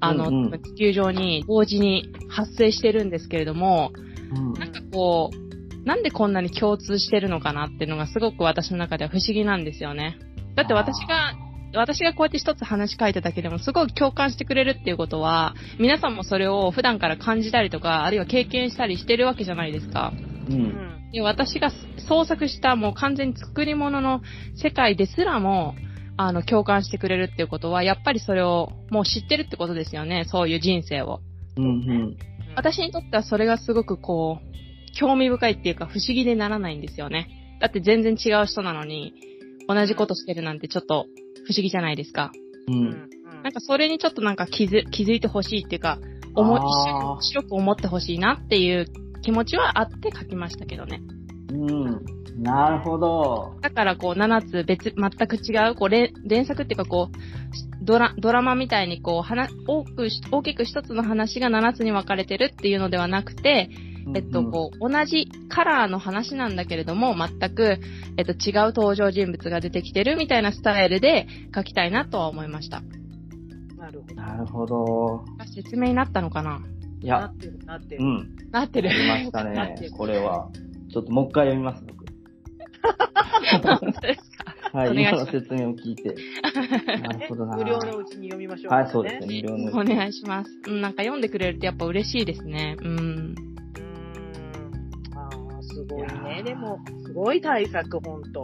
Speaker 3: あの、
Speaker 2: うんうん
Speaker 3: 地球上に同時に発生してるんですけれども、
Speaker 2: うん
Speaker 3: なんかこう、なんでこんなに共通してるのかなっていうのがすごく私の中では不思議なんですよね。だって私が、私がこうやって一つ話書いただけでもすごく共感してくれるっていうことは、皆さんもそれを普段から感じたりとか、あるいは経験したりしてるわけじゃないですか。
Speaker 2: う。
Speaker 1: うんん。
Speaker 3: で私が創作したもう完全に作り物の世界ですらも、あの、共感してくれるっていうことは、やっぱりそれをもう知ってるってことですよね、そういう人生を。
Speaker 2: うん。うん。
Speaker 3: 私にとってはそれがすごくこう、興味深いっていうか不思議でならないんですよね。だって全然違う人なのに、同じことしてるなんてちょっと不思議じゃないですか。
Speaker 2: う。
Speaker 1: うんん。
Speaker 3: なんかそれにちょっとなんか気づ気づいてほしいっていうか、思い
Speaker 2: あー
Speaker 3: 一緒に面白く思ってほしいなっていう気持ちはあって書きましたけどね。
Speaker 2: うん。なるほど。
Speaker 3: だからこう7つ別、全く違う、こう連連作っていうかこう、ドラ、ドラマみたいにこう、はな、多くし、大きく一つの話が7つに分かれてるっていうのではなくて、えっと、こう、同じカラーの話なんだけれども、全く、えっと、違う登場人物が出てきてるみたいなスタイルで書きたいなとは思いました。
Speaker 1: なるほど。
Speaker 2: なるほど。
Speaker 3: あ説明になったのかない
Speaker 1: な
Speaker 2: や、
Speaker 1: ってる、なって
Speaker 2: う
Speaker 1: る。
Speaker 2: ん。
Speaker 3: なってる
Speaker 2: 出ました
Speaker 3: なって
Speaker 2: ね
Speaker 3: る。
Speaker 2: これは。ちょっともう一回読みます、僕。
Speaker 3: 本当ですか
Speaker 2: はい、
Speaker 3: お願い
Speaker 2: 今
Speaker 3: します
Speaker 2: の説明を聞いて。なる
Speaker 1: ね
Speaker 2: ほどな。
Speaker 1: 無料のうちに読みましょう、
Speaker 2: はい、そうですね。。無料の。
Speaker 3: お願いします。うん、なんか読んでくれるとやっぱ嬉しいですね。うん。
Speaker 1: うーん。ああ、すごい
Speaker 2: いや
Speaker 1: ね。
Speaker 2: ー
Speaker 1: でも、すごい対策、ほんと。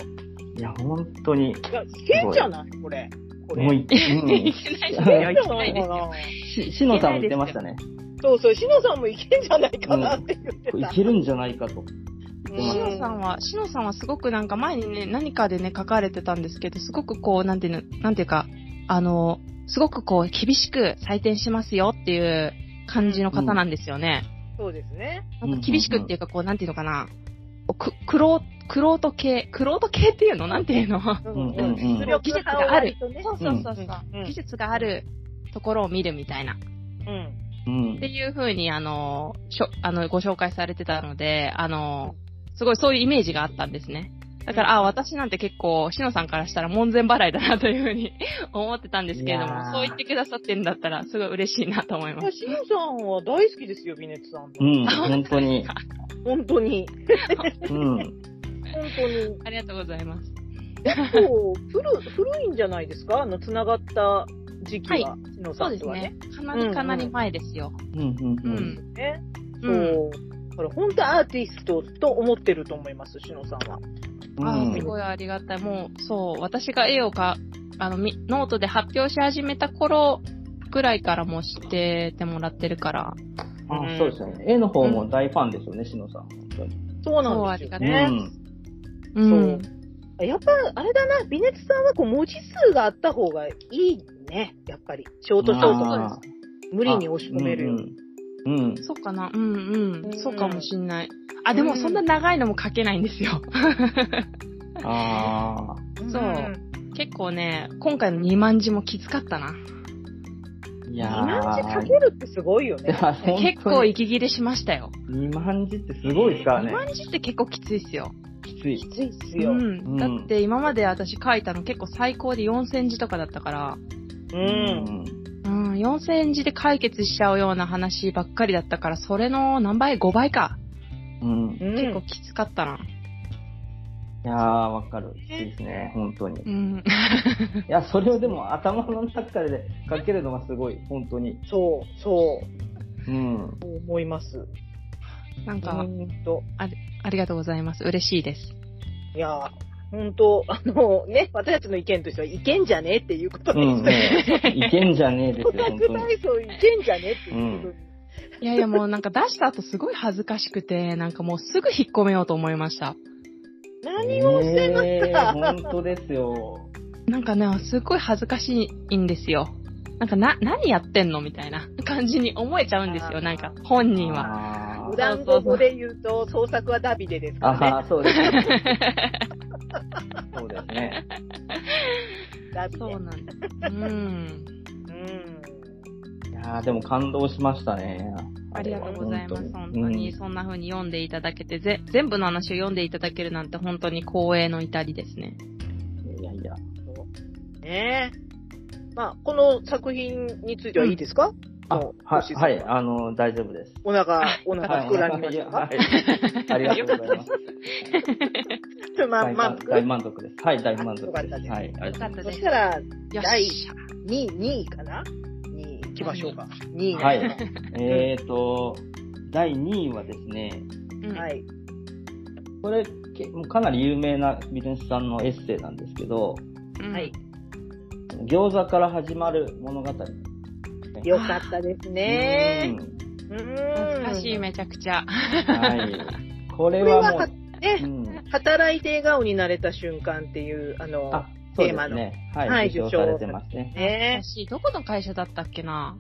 Speaker 2: いや、本当に。
Speaker 1: いや、いけんじゃないこれ。これ。
Speaker 2: もう
Speaker 1: い
Speaker 2: い、うん
Speaker 3: い。けないですよ、いけないですよ。
Speaker 1: す
Speaker 2: し、しのさんも言ってましたね。
Speaker 1: そうそう、しのさんもいけんじゃないかなって言ってた。
Speaker 2: いけるんじゃないかと。
Speaker 1: う
Speaker 2: うん
Speaker 3: しのさんは、しのさんはすごくなんか前にね、何かでね、書かれてたんですけど、すごくこう、なんていうの、なんていうか、あの、すごくこう、厳しく採点しますよっていう感じの方なんですよね。
Speaker 1: そうですね。
Speaker 2: うん
Speaker 3: なんか厳しくっていうか、こう、なんていうのかな、く、くろう、くろうと系、くろうと系っていうのなんていうのそう
Speaker 2: うんうんうん
Speaker 1: 実力派を割とね。
Speaker 3: うそうそうそう、
Speaker 1: うん
Speaker 3: 技術があるところを見るみたいな。
Speaker 1: うん。
Speaker 2: うん
Speaker 3: って。いう風に、あの、しょ、あの、ご紹介されてたので、あの、すごいそういうイメージがあったんですね。だから、あ、私なんて結構、しのさんからしたら門前払いだなという風に 思ってたんですけれど
Speaker 2: いや
Speaker 3: も、
Speaker 2: ー
Speaker 3: そう言ってくださってるんだったら、すごい嬉しいなと思います。
Speaker 1: しのさんは大好きですよ、ビネツさん。
Speaker 2: うん、本当に。
Speaker 1: 本当に。
Speaker 2: うん。
Speaker 1: 本当に。
Speaker 3: ありがとうございます。
Speaker 1: そう、古、古いんじゃないですかあの、繋がった時期は、しの
Speaker 3: そ
Speaker 1: さ
Speaker 3: うんです
Speaker 1: とはね
Speaker 3: ね。。かなりかなり前ですよ。
Speaker 2: うん、うん、
Speaker 3: う
Speaker 2: うんん。
Speaker 1: ね。
Speaker 3: う
Speaker 1: そ
Speaker 3: ん。
Speaker 1: う。これ本当アーティストと思ってると思います、しのさんは。
Speaker 3: あ
Speaker 2: う
Speaker 3: す
Speaker 2: ん
Speaker 3: ごいありがたい。もう、そう、私が絵をか、あの、みノートで発表し始めた頃ぐらいからもう知っててもらってるから、
Speaker 2: あそうですよね。絵の方も大ファンですよね、しのさん。本当に。
Speaker 1: そうなんですよ
Speaker 3: ね
Speaker 1: ね。
Speaker 3: うん
Speaker 1: やっぱ、あれだな、微熱さんはこう文字数があった方がいいね。やっぱり。ショートショート
Speaker 2: あー
Speaker 1: 無理に押し込めるように。
Speaker 2: うんうん。うん
Speaker 3: そうかな、うんうん、
Speaker 1: うん
Speaker 3: そうかもしんない。あ、でも
Speaker 1: うん
Speaker 3: そんな長いのも書けないんで すよ。
Speaker 2: あ
Speaker 3: そうん結構ね、今回の2万字もきつかったな。
Speaker 2: あ。いや
Speaker 1: 2万字かけ
Speaker 2: る
Speaker 1: るってすごいよね。
Speaker 3: 結構息切れしましたよ。
Speaker 2: 2万字ってすごいですから
Speaker 3: 2
Speaker 2: ね。
Speaker 3: 万字って結構きついっすよ。
Speaker 2: きつい。
Speaker 1: きついっす
Speaker 3: う
Speaker 1: よ。うん。
Speaker 3: ん。
Speaker 2: ん
Speaker 3: だって今まで私書いたの結構最高で4000字とかだったから、うん、4000字で解決しちゃうような話ばっかりだったから、それの何倍 ?5 倍か。
Speaker 2: うん。うん。い
Speaker 1: 結
Speaker 3: 結構
Speaker 1: 構、
Speaker 3: きつかったな。
Speaker 2: やー、わかる。きついですね、本当に。い
Speaker 3: うん。
Speaker 2: や、それをでも頭の中でかけるのがすごい、本当に。
Speaker 1: そう、そ
Speaker 2: うん。
Speaker 1: う、思います。
Speaker 3: なん
Speaker 1: う
Speaker 3: か、
Speaker 1: んと。
Speaker 3: ありがとうございます。嬉しいです。
Speaker 1: いやー、ほんと、あのね、私たちの意見としては、いけんじゃねえっていうこと
Speaker 2: う
Speaker 1: で
Speaker 2: ん、
Speaker 1: すね。
Speaker 2: ねいけんじゃねえですよ、
Speaker 1: オタ
Speaker 2: 本
Speaker 1: ク
Speaker 2: 当に。
Speaker 1: 体操いけんじゃねえっていうことで。
Speaker 3: いやいや、もうなんか出した後すごい恥ずかしくて、なんかもうすぐ引っ込めようと思いました。
Speaker 1: 何をしてました、
Speaker 2: ねえ本当ですよ。
Speaker 3: なんかね、すごい恥ずかしいんですよ。なんかな、何やってんのみたいな 感じに思えちゃうんです
Speaker 1: あ
Speaker 3: よ、
Speaker 1: ー
Speaker 3: なんか本人は。
Speaker 2: あ
Speaker 1: お
Speaker 2: ー
Speaker 1: 団子語で言うと、創作はダビデですから
Speaker 2: あ
Speaker 1: ね。
Speaker 2: ー、そうですね。 そうですね。
Speaker 1: ダビデ。
Speaker 3: そうなんだ。うん。
Speaker 1: うん。
Speaker 2: いやーでも感動しましたね。
Speaker 3: ありがとうございます。本当
Speaker 2: う
Speaker 3: に、
Speaker 2: ん
Speaker 3: そんな風に読んでいただけて、ぜ、全部の話を読んでいただけるなんて本当に光栄の至りですね。
Speaker 2: いやいや。
Speaker 1: ねえ。まあ、この作品についてはいいですか、
Speaker 2: あ、
Speaker 1: もう
Speaker 2: はい、
Speaker 1: 星さん
Speaker 2: はい、あの、大丈夫です。
Speaker 1: お腹
Speaker 3: あ、
Speaker 1: お腹
Speaker 2: はい、
Speaker 1: 膨らみました
Speaker 2: は
Speaker 1: か
Speaker 2: い。ありがとうございます。
Speaker 1: ちょっとま
Speaker 2: 大
Speaker 1: 満
Speaker 2: 満
Speaker 1: 腹
Speaker 2: 大満足です。はい、大満足
Speaker 1: よかった
Speaker 2: で
Speaker 1: です
Speaker 2: す。はい、 ありがとうございます。
Speaker 1: そしたら、
Speaker 3: よっ
Speaker 1: 第
Speaker 3: しゃ。
Speaker 1: 2位、2位かな ?2 位行きましょうか。2位。
Speaker 2: はい。えーと、第2位はですね、
Speaker 3: うん
Speaker 1: は。い。
Speaker 2: これ、けもうかなり有名なビジネスさんのエッセイなんですけど、
Speaker 3: うん
Speaker 1: はい。
Speaker 2: 餃子から始まる物語。
Speaker 1: よかったですね。
Speaker 2: うん
Speaker 1: うーん。
Speaker 3: 懐かしい、めちゃくちゃ。
Speaker 2: はい。これ
Speaker 1: これは
Speaker 2: はも
Speaker 1: は
Speaker 2: う、、
Speaker 1: ね、
Speaker 2: うん、
Speaker 1: 働いて笑顔になれた瞬間っていう、あの
Speaker 2: あ、、
Speaker 1: テ
Speaker 2: そう
Speaker 1: ー
Speaker 2: で
Speaker 1: マ
Speaker 2: す
Speaker 1: の
Speaker 2: ね。はい、
Speaker 1: はい
Speaker 2: 受賞されてますね。
Speaker 1: ね。
Speaker 3: 私、どこの会社だったっけな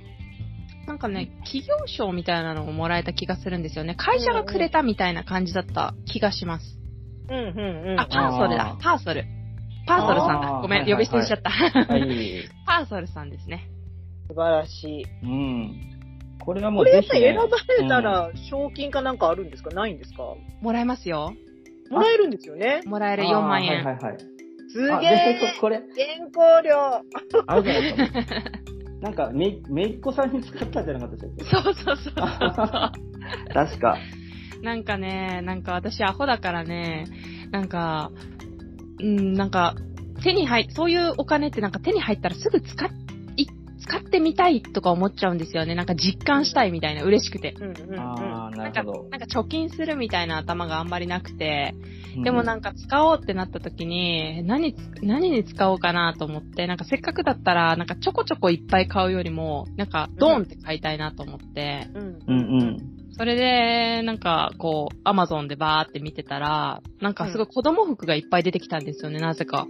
Speaker 3: なんかね、企業賞みたいなのをもらえた気がするんですよね。会社がくれたみたいな感じだった気がします。
Speaker 1: うんうんうん。
Speaker 3: あ、パーソルだ
Speaker 2: あー。
Speaker 3: パーソル。パーソルさんだ
Speaker 2: あ。ー
Speaker 3: ごめん、
Speaker 2: はいはい
Speaker 3: 呼
Speaker 2: は
Speaker 3: び
Speaker 2: い
Speaker 3: 捨てにしちゃった。
Speaker 2: はい。
Speaker 3: パーソルさんですね。
Speaker 1: 素晴らしい。
Speaker 2: うん。これはも
Speaker 1: こ
Speaker 2: う
Speaker 1: れや
Speaker 2: ぜ
Speaker 1: っ
Speaker 2: ひ、
Speaker 1: ぱ選
Speaker 2: ね、
Speaker 1: ばれたら、賞金かなんかあるんですかないんですか
Speaker 3: もらえますよ。
Speaker 1: もらえるんですよね。
Speaker 3: もらえる4万円。
Speaker 2: あーはいはいはい。
Speaker 1: すげ
Speaker 2: あ
Speaker 1: え
Speaker 2: でこれ、
Speaker 1: 原稿料
Speaker 2: あるじゃないですか。なんか、め、めいっ子さんに使ったんじゃなかったでしたっ
Speaker 3: そうそうそうそう。
Speaker 2: け確か。
Speaker 3: なんかね、なんか私アホだからね、なんか、うん、なんか、手に入、そういうお金ってなんか手に入ったらすぐ使っ、い使ってみたいとか思っちゃうんですよね。なんか実感したいみたいな、嬉しくて。
Speaker 1: うんうんうん。
Speaker 2: ああ、な
Speaker 3: なんか、
Speaker 2: る
Speaker 3: な
Speaker 2: ほ
Speaker 3: ん
Speaker 2: ど。
Speaker 3: か貯金するみたいな頭があんまりなくて、でもなんんか使おうってなった時に、何つ、何に使おうかなと思って、なんかせっかくだったら、なんかちょこちょこいっぱい買うよりも、なんかドーンって買いたいなと思って、
Speaker 1: うん
Speaker 2: うんうん。
Speaker 3: それで、なんか、こう、アマゾンでバーって見てたら、なんかすごい子供服がいっぱい出てきたんですよね、なぜか。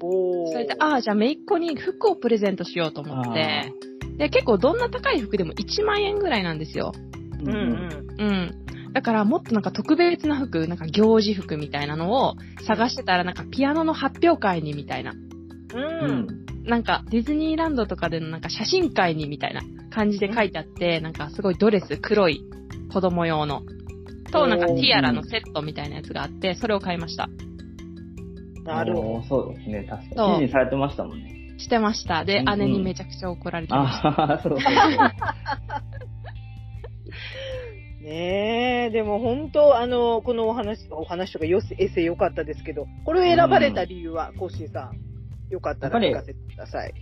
Speaker 1: おー
Speaker 3: それで、ああ、じゃあめいっ子に服をプレゼントしようと思って、で、結構どんな高い服でも1万円ぐらいなんですよ。
Speaker 2: う
Speaker 1: うんうんん。
Speaker 3: うん。だから、もっとなんか特別な服、なんか行事服みたいなのを探してたら、なんかピアノの発表会にみたいな。
Speaker 2: う
Speaker 1: うんん。。
Speaker 3: なんか、ディズニーランドとかでのなんか写真会にみたいな感じで書いてあって、なんかすごいドレス、黒い子供用の。と、なんかティアラのセットみたいなやつがあって、それを買いました。
Speaker 1: なるほ
Speaker 2: おーそうですね、確か
Speaker 3: そう
Speaker 2: に。記事にされてましたもんね。
Speaker 3: してました。で
Speaker 2: うん、うん
Speaker 3: 姉にめちゃくちゃ怒られてまし
Speaker 2: ああ、そう
Speaker 1: ど。
Speaker 2: そう。
Speaker 1: ねえ、でも本当、あの、このお話、お話とかよ、エッセイ良かったですけど、これを選ばれた理由は、コッシーさん、よかったら聞かせてください。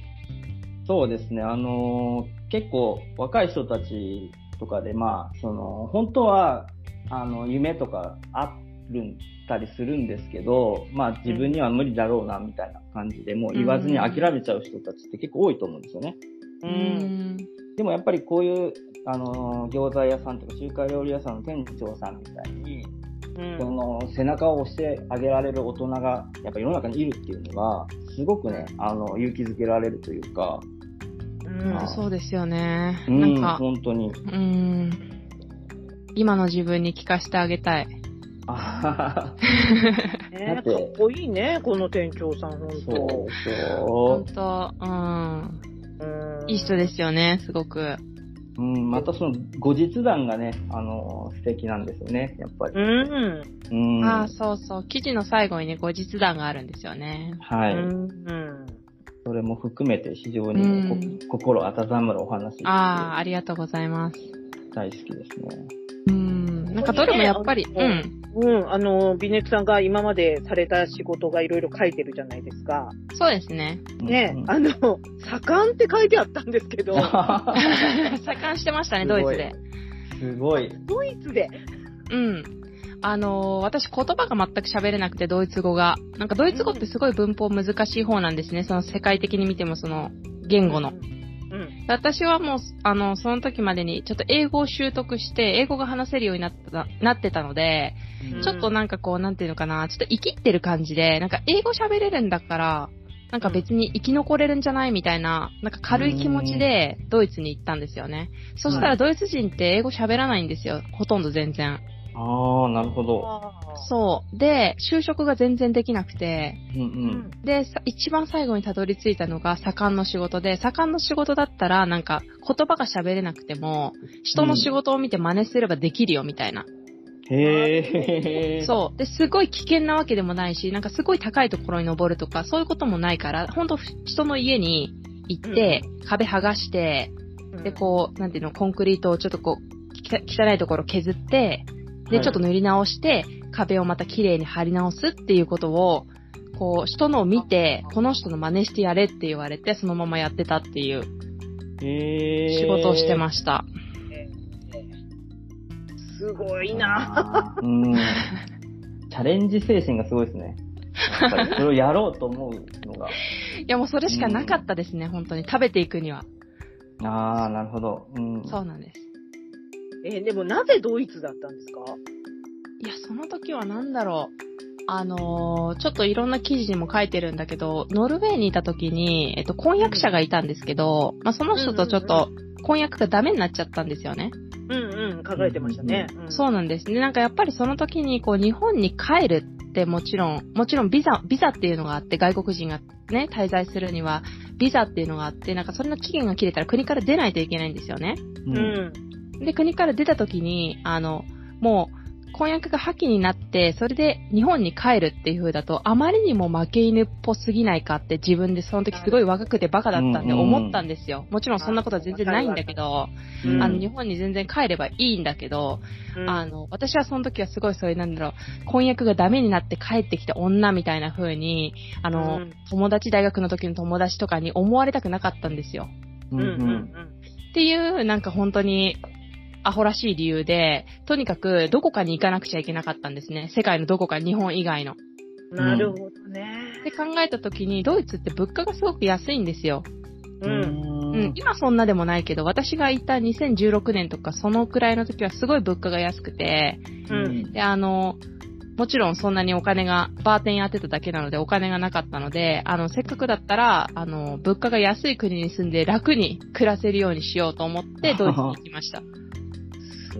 Speaker 2: そうですね、あのー結構若い人たちとかで、まあ、その、本当は、あの、夢とかあるんたりするんですけど、まあ自分には無理だろうな、みたいな感じで、もう言わずに諦めちゃう人たちって結構多いと思うんですよね。
Speaker 1: う
Speaker 3: た。
Speaker 1: ん。
Speaker 2: でもやっぱりこういう、あのー餃子屋さんとか中華料理屋さんの店長さんみたいに、
Speaker 1: う
Speaker 2: そ
Speaker 1: ん。
Speaker 2: の背中を押してあげられる大人がやっぱ世の中にいるっていうのがすごくねあの勇気づけられるというか、
Speaker 1: うん
Speaker 2: あー
Speaker 3: そうですよね。
Speaker 2: うん、
Speaker 3: なんか、
Speaker 2: 本当に
Speaker 3: うーん。今の自分に聞かせてあげたい。
Speaker 2: あはは
Speaker 1: ね
Speaker 2: だ
Speaker 1: え
Speaker 2: って
Speaker 1: かっこいいね、この店長さん、本
Speaker 2: そう
Speaker 3: ほん
Speaker 2: そ
Speaker 3: と、うん。
Speaker 1: 当。うん
Speaker 3: いい人ですよね、すごく。
Speaker 2: う、うん、またその後日談がねあの素敵なんですよねやっぱり
Speaker 1: う、ん。
Speaker 2: うん
Speaker 3: ああ、
Speaker 2: は
Speaker 3: そうそう。記事の最後にね、後日談があるんですよね。
Speaker 1: う
Speaker 2: い、
Speaker 1: ん。
Speaker 2: それも含めて非常にね、
Speaker 3: うん
Speaker 2: こ心温まるお話
Speaker 3: ああ、ありがとうございます。
Speaker 2: 大好きですね
Speaker 3: うん。なんかどれもやっぱり、
Speaker 1: ここ
Speaker 3: う
Speaker 1: にね
Speaker 3: ん。
Speaker 1: うん、あの、ビネクさんが今までされた仕事がいろいろ書いてるじゃないですか。
Speaker 3: そうです ね。
Speaker 1: ね
Speaker 2: う、ん
Speaker 1: あの、盛んって書いてあったんですけど、
Speaker 3: 盛んして ましたね、ドイツで。
Speaker 2: すごい
Speaker 1: ドイツで。
Speaker 3: うん。あのー私言葉が全く喋れなくて、ドイツ語が。なんかドイツ語ってすごい文法難しい方なんですね。その世界的に見てもその言語の。
Speaker 1: うん。
Speaker 3: 私はもう、あの、その時までにちょっと英語を習得して、英語が話せるようになった、なってたので、
Speaker 1: うん
Speaker 3: ちょっとなんかこう、なんていうのかな、ちょっと生きってる感じで、なんか英語喋れるんだから、なんか別に生き残れるんじゃないみたいな、なんか軽い気持ちでドイツに行ったんですよね。そしたらドイツ人って英語喋らないんですよ。ほとんど全然。
Speaker 2: ああなるほど、
Speaker 1: そ
Speaker 3: そう。で、就職が全然できなくて、
Speaker 2: うんう
Speaker 1: うんん。
Speaker 3: で、さ一番最後にたどり着いたのが、盛んの仕事で、盛んの仕事だったら、なんか、言葉が喋れなくても、人の仕事を見て真似すればできるよ、みたいな。
Speaker 2: へえ。
Speaker 3: そう。で、すごい危険なわけでもないし、なんかすごい高いところに登るとか、そういうこともないから、ほんと、人の家に行って、壁剥がして、
Speaker 1: う
Speaker 3: で、こう、なんていうの、コンクリートをちょっとこう、きた汚いところ削って、で、
Speaker 2: はい
Speaker 3: ちょっと塗り直して、壁をまた綺麗に貼り直すっていうことを、こう、人のを見て、この人の真似してやれって言われて、そのままやってたっていう
Speaker 2: え
Speaker 3: 仕事をして
Speaker 2: す。
Speaker 3: ました。
Speaker 1: すごいな。
Speaker 2: うん。チャレンジ精神がすごいですね。やっぱり それをやろうと思うのが。
Speaker 3: いや、もうそれしかなかったですね、本当に。食べていくには。
Speaker 2: ああ、なるほど。うん。
Speaker 3: そうなんです。
Speaker 1: えーでもなぜドイツだったんですか
Speaker 3: いや、その時は何だろう。あのーちょっといろんな記事にも書いてるんだけど、ノルウェーにいた時に、えっと、婚約者がいたんですけど、まあ、その人とちょっと、婚約がダメになっちゃったんですよね。
Speaker 1: うんうん、書かれてましたね。うん
Speaker 3: そうなんですね。なんかやっぱりその時に、こう、日本に帰るってもちろん、もちろんビザ、ビザっていうのがあって、外国人がね、滞在するには、ビザっていうのがあって、なんかそれの期限が切れたら国から出ないといけないんですよね。
Speaker 2: う。
Speaker 1: うんん。
Speaker 3: で、国から出た時に、あの、もう、婚約が破棄になって、それで日本に帰るっていう風だと、あまりにも負け犬っぽすぎないかって自分でその時すごい若くてバカだったん
Speaker 2: うん
Speaker 3: で
Speaker 2: うん
Speaker 3: 思ったんですよ。もちろんそんなことは全然ないんだけど、
Speaker 1: うん
Speaker 3: あの、日本に全然帰ればいいんだけど、
Speaker 1: うん
Speaker 3: あの、私はその時はすごいそういう、なんだろう、婚約がダメになって帰ってきた女みたいな風に、あの、
Speaker 1: うん
Speaker 3: 友達、大学の時の友達とかに思われたくなかったんですよ。
Speaker 2: うん。
Speaker 1: う
Speaker 2: うん
Speaker 1: うん
Speaker 2: ん。
Speaker 3: っていう、なんか本当に、アホらしい理由で、とにかくどこかに行かなくちゃいけなかったんですね。世界のどこか、日本以外の。
Speaker 1: うん。なるほどね。
Speaker 3: で考えた時に、ドイツって物価がすごく安いんですよ。
Speaker 1: う。
Speaker 2: うん。
Speaker 3: うんん、今そんなでもないけど、私がいた2016年とかそのくらいの時はすごい物価が安くて、
Speaker 1: うん。
Speaker 3: で、あの、もちろんそんなにお金が、バーテン当てただけなのでお金がなかったので、あの、せっかくだったら、あの、物価が安い国に住んで楽に暮らせるようにしようと思 ってドイツに行きました。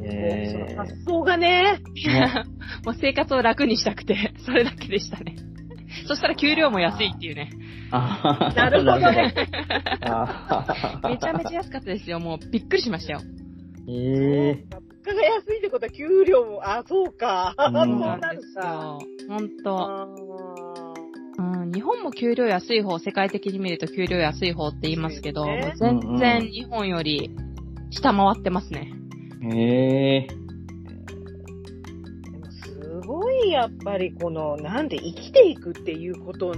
Speaker 2: え
Speaker 1: そ
Speaker 2: ー
Speaker 1: の発想がね。
Speaker 2: ね
Speaker 3: もう生活を楽にしたくて、 それだけで したね。そしたら給料も安いっていうね。
Speaker 2: あー
Speaker 1: なるほどね。
Speaker 2: あー
Speaker 3: めちゃめちゃ安かったですよ。もうびっくりしましたよ。
Speaker 2: ええ
Speaker 1: 物価が安いってことは給料も、あ、そうか。
Speaker 2: うん
Speaker 1: そう
Speaker 2: そう
Speaker 1: なる
Speaker 3: です
Speaker 1: か。
Speaker 3: よ。本当。
Speaker 1: あー
Speaker 3: うん、日本も給料安い方、世界的に見ると給料安い方って言いますけど、
Speaker 1: そう
Speaker 3: も
Speaker 1: です
Speaker 3: う
Speaker 2: ね
Speaker 3: 全然日本より下回ってますね。
Speaker 2: ー。ええ
Speaker 1: でもすごい、やっぱりこの、なんで生きていくっていうこと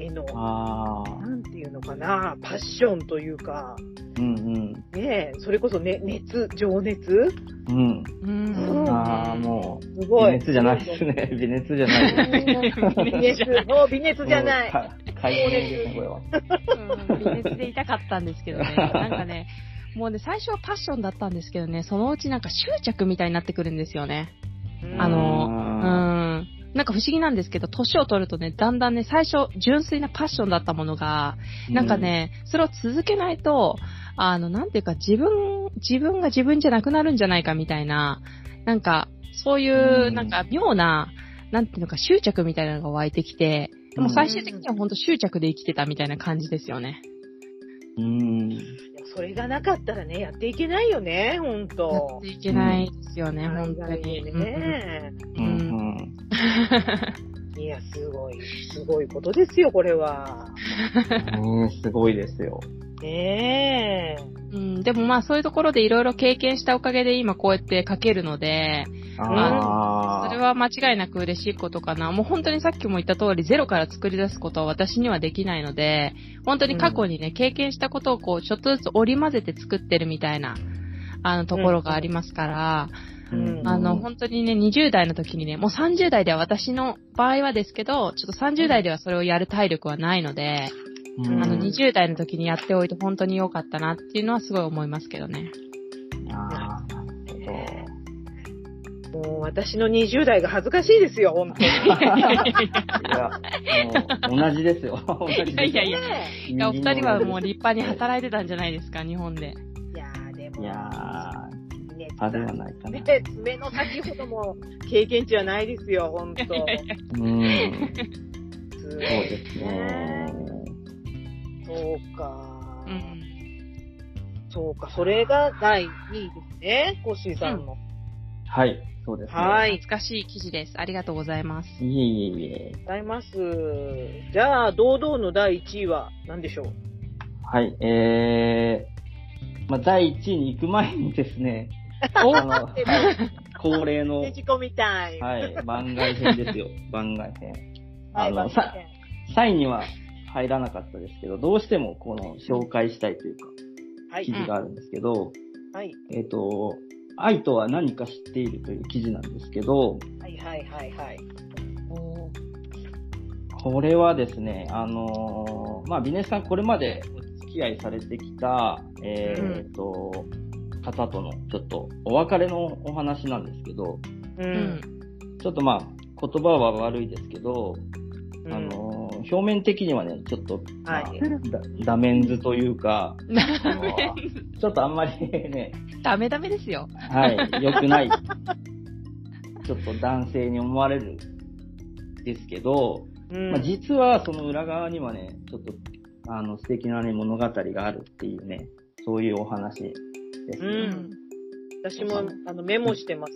Speaker 1: への、
Speaker 2: ああ。
Speaker 1: なんていうのかな、パッションというか、
Speaker 2: うん
Speaker 1: ねえ、それこそ、ね、熱、情熱
Speaker 2: うん。うん。
Speaker 3: う。
Speaker 1: うんん
Speaker 2: ああ、もう。
Speaker 1: すご
Speaker 2: 微
Speaker 1: い。
Speaker 2: 熱じゃないですね。微熱じゃないですね。
Speaker 1: 微熱、もう微熱じゃない。
Speaker 2: もう。解放ですね、これは。
Speaker 3: うん微熱で痛かったんですけど ね。なんかね、もうね、最初はパッションだったんですけどね、そのうちなんか執着みたいになってくるんですよね。あのう
Speaker 2: の、
Speaker 3: ん。なんか不思議なんですけど、年を取るとね、だんだんね、最初、純粋なパッションだったものが、なんかね、それを続けないと、あの、なんていうか、自分、自分が自分じゃなくなるんじゃないかみたいな、なんか、そういうう、
Speaker 2: ん
Speaker 3: なんか、妙な、なんていうのか、執着みたいなのが湧いてきて、でも最終的には本当執着で生きてたみたいな感じですよね。
Speaker 2: うん、
Speaker 1: それがなかったらね、やっていけないよね、ほん
Speaker 3: や
Speaker 1: と
Speaker 3: っ。ていけないですよね、本当に。
Speaker 1: ね
Speaker 3: うん
Speaker 2: うん、うん。
Speaker 1: いや、すごい、すごいことですよ、これは。
Speaker 2: うんすごいですよ。
Speaker 1: ねえ。
Speaker 3: うん、でもまあそういうところでいろいろ経験したおかげで今こうやって書けるので、
Speaker 2: ああ。
Speaker 3: それ、は間違いなく嬉しいことかな。もう本当にさっきも言った通りゼロから作り出すことは私にはできないので、本当に過去にね、経験したことをこうちょっとずつ織り交ぜて作ってるみたいな、あのところがありますから、
Speaker 1: うん
Speaker 3: あの、本当にね、20代の時にね、もう30代では私の場合はですけど、ちょっと30代ではそれをやる体力はないので、
Speaker 2: う
Speaker 1: うん
Speaker 2: ん、
Speaker 3: あの、20代の時にやっておいて本当に良かったなっていうのはすごい思いますけ どね。
Speaker 2: ああ、
Speaker 1: もう私の20代が恥ずかしいですよ、ほんとに。
Speaker 2: いや、もう、同じです よ。同じです
Speaker 3: いやいやいや、
Speaker 1: ね
Speaker 3: いやお二人はもう
Speaker 2: い
Speaker 3: 立派に働いてたんじゃないですか、日本
Speaker 1: え
Speaker 3: で。
Speaker 1: いやーでも、
Speaker 2: やー、
Speaker 1: ね
Speaker 2: あれはないかな。
Speaker 1: ね、爪の先ほども経験値はないですよ、ほ んと。
Speaker 2: うん。
Speaker 1: すご
Speaker 2: そう
Speaker 1: い。
Speaker 2: ですね。
Speaker 1: そうか、
Speaker 3: うん。
Speaker 1: そうか、それが第2位ですね、コッシーさんの。
Speaker 2: はい、そうですね。。
Speaker 1: はいい。
Speaker 3: 懐かしい記事です。ありがとうございます。
Speaker 2: いえいえいえ。
Speaker 1: ございます。じゃあ、堂々の第1位は何でしょう
Speaker 2: はい、えまあ、第1位に行く前にですね、
Speaker 3: お
Speaker 2: あの恒例の
Speaker 1: ね、じ込みたい。
Speaker 2: はい、番外編で すよ、番外編。
Speaker 1: は
Speaker 2: あ
Speaker 1: い、
Speaker 2: の、
Speaker 1: 番外
Speaker 2: さ
Speaker 1: 編
Speaker 2: 3位には入らなかったですけど、どうしてもこの紹介したいというか、
Speaker 1: は
Speaker 2: 記
Speaker 1: い。
Speaker 2: 事があるんですけど、
Speaker 1: はい。
Speaker 2: えっ、と、愛とは何か知っているという記事なんですけど、
Speaker 1: はい。はい。はい。はい。
Speaker 3: おー
Speaker 2: これはですね、あのーまあ、ビネさんこれまでお付き合いされてきた、えーっと、方とのちょっとお別れのお話なんですけど、
Speaker 1: う。
Speaker 3: うんん。
Speaker 2: ちょっとまあ、言葉は悪いですけど、
Speaker 1: うん
Speaker 2: あのー表面的にはね、ちょっと、まあ
Speaker 1: はい
Speaker 2: だダメンズという か、
Speaker 3: ダメ
Speaker 2: ちょっとあんまりね、
Speaker 3: ダメダメですよ。
Speaker 2: はい、良くない。ちょっと男性に思われるですけど、
Speaker 1: うん
Speaker 2: まあ、実はその裏側にはね、ちょっと、あの、素敵なね、物語があるっていうね、そういうお話ですね。
Speaker 1: う。
Speaker 3: うん
Speaker 1: 私もあのメモしてます。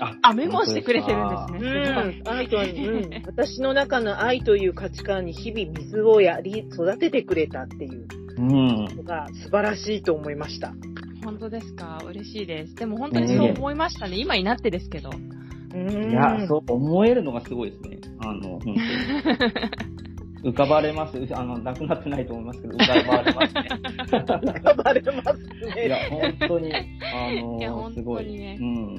Speaker 2: あ
Speaker 3: あ、メモしてくれてるんですね。
Speaker 1: う
Speaker 3: すごい
Speaker 1: ん。愛とは、うん。私の中の愛という価値観に日々水をやり、育ててくれたっていう
Speaker 2: うん。
Speaker 1: のが素晴らしいと思いました。
Speaker 3: 本当ですか嬉しいです。でも本当にそう思いましたね。今になってですけど。
Speaker 1: うん
Speaker 2: いや、そう思えるのがすごいですね。あの、 本当に。浮かばれます。あの、なくなってないと思いますけど、浮かばれますね。
Speaker 1: 頑張れます
Speaker 2: い
Speaker 1: ね。
Speaker 2: や、本当に、あの、
Speaker 3: いや本当にね
Speaker 2: すごい。うん。
Speaker 3: うん。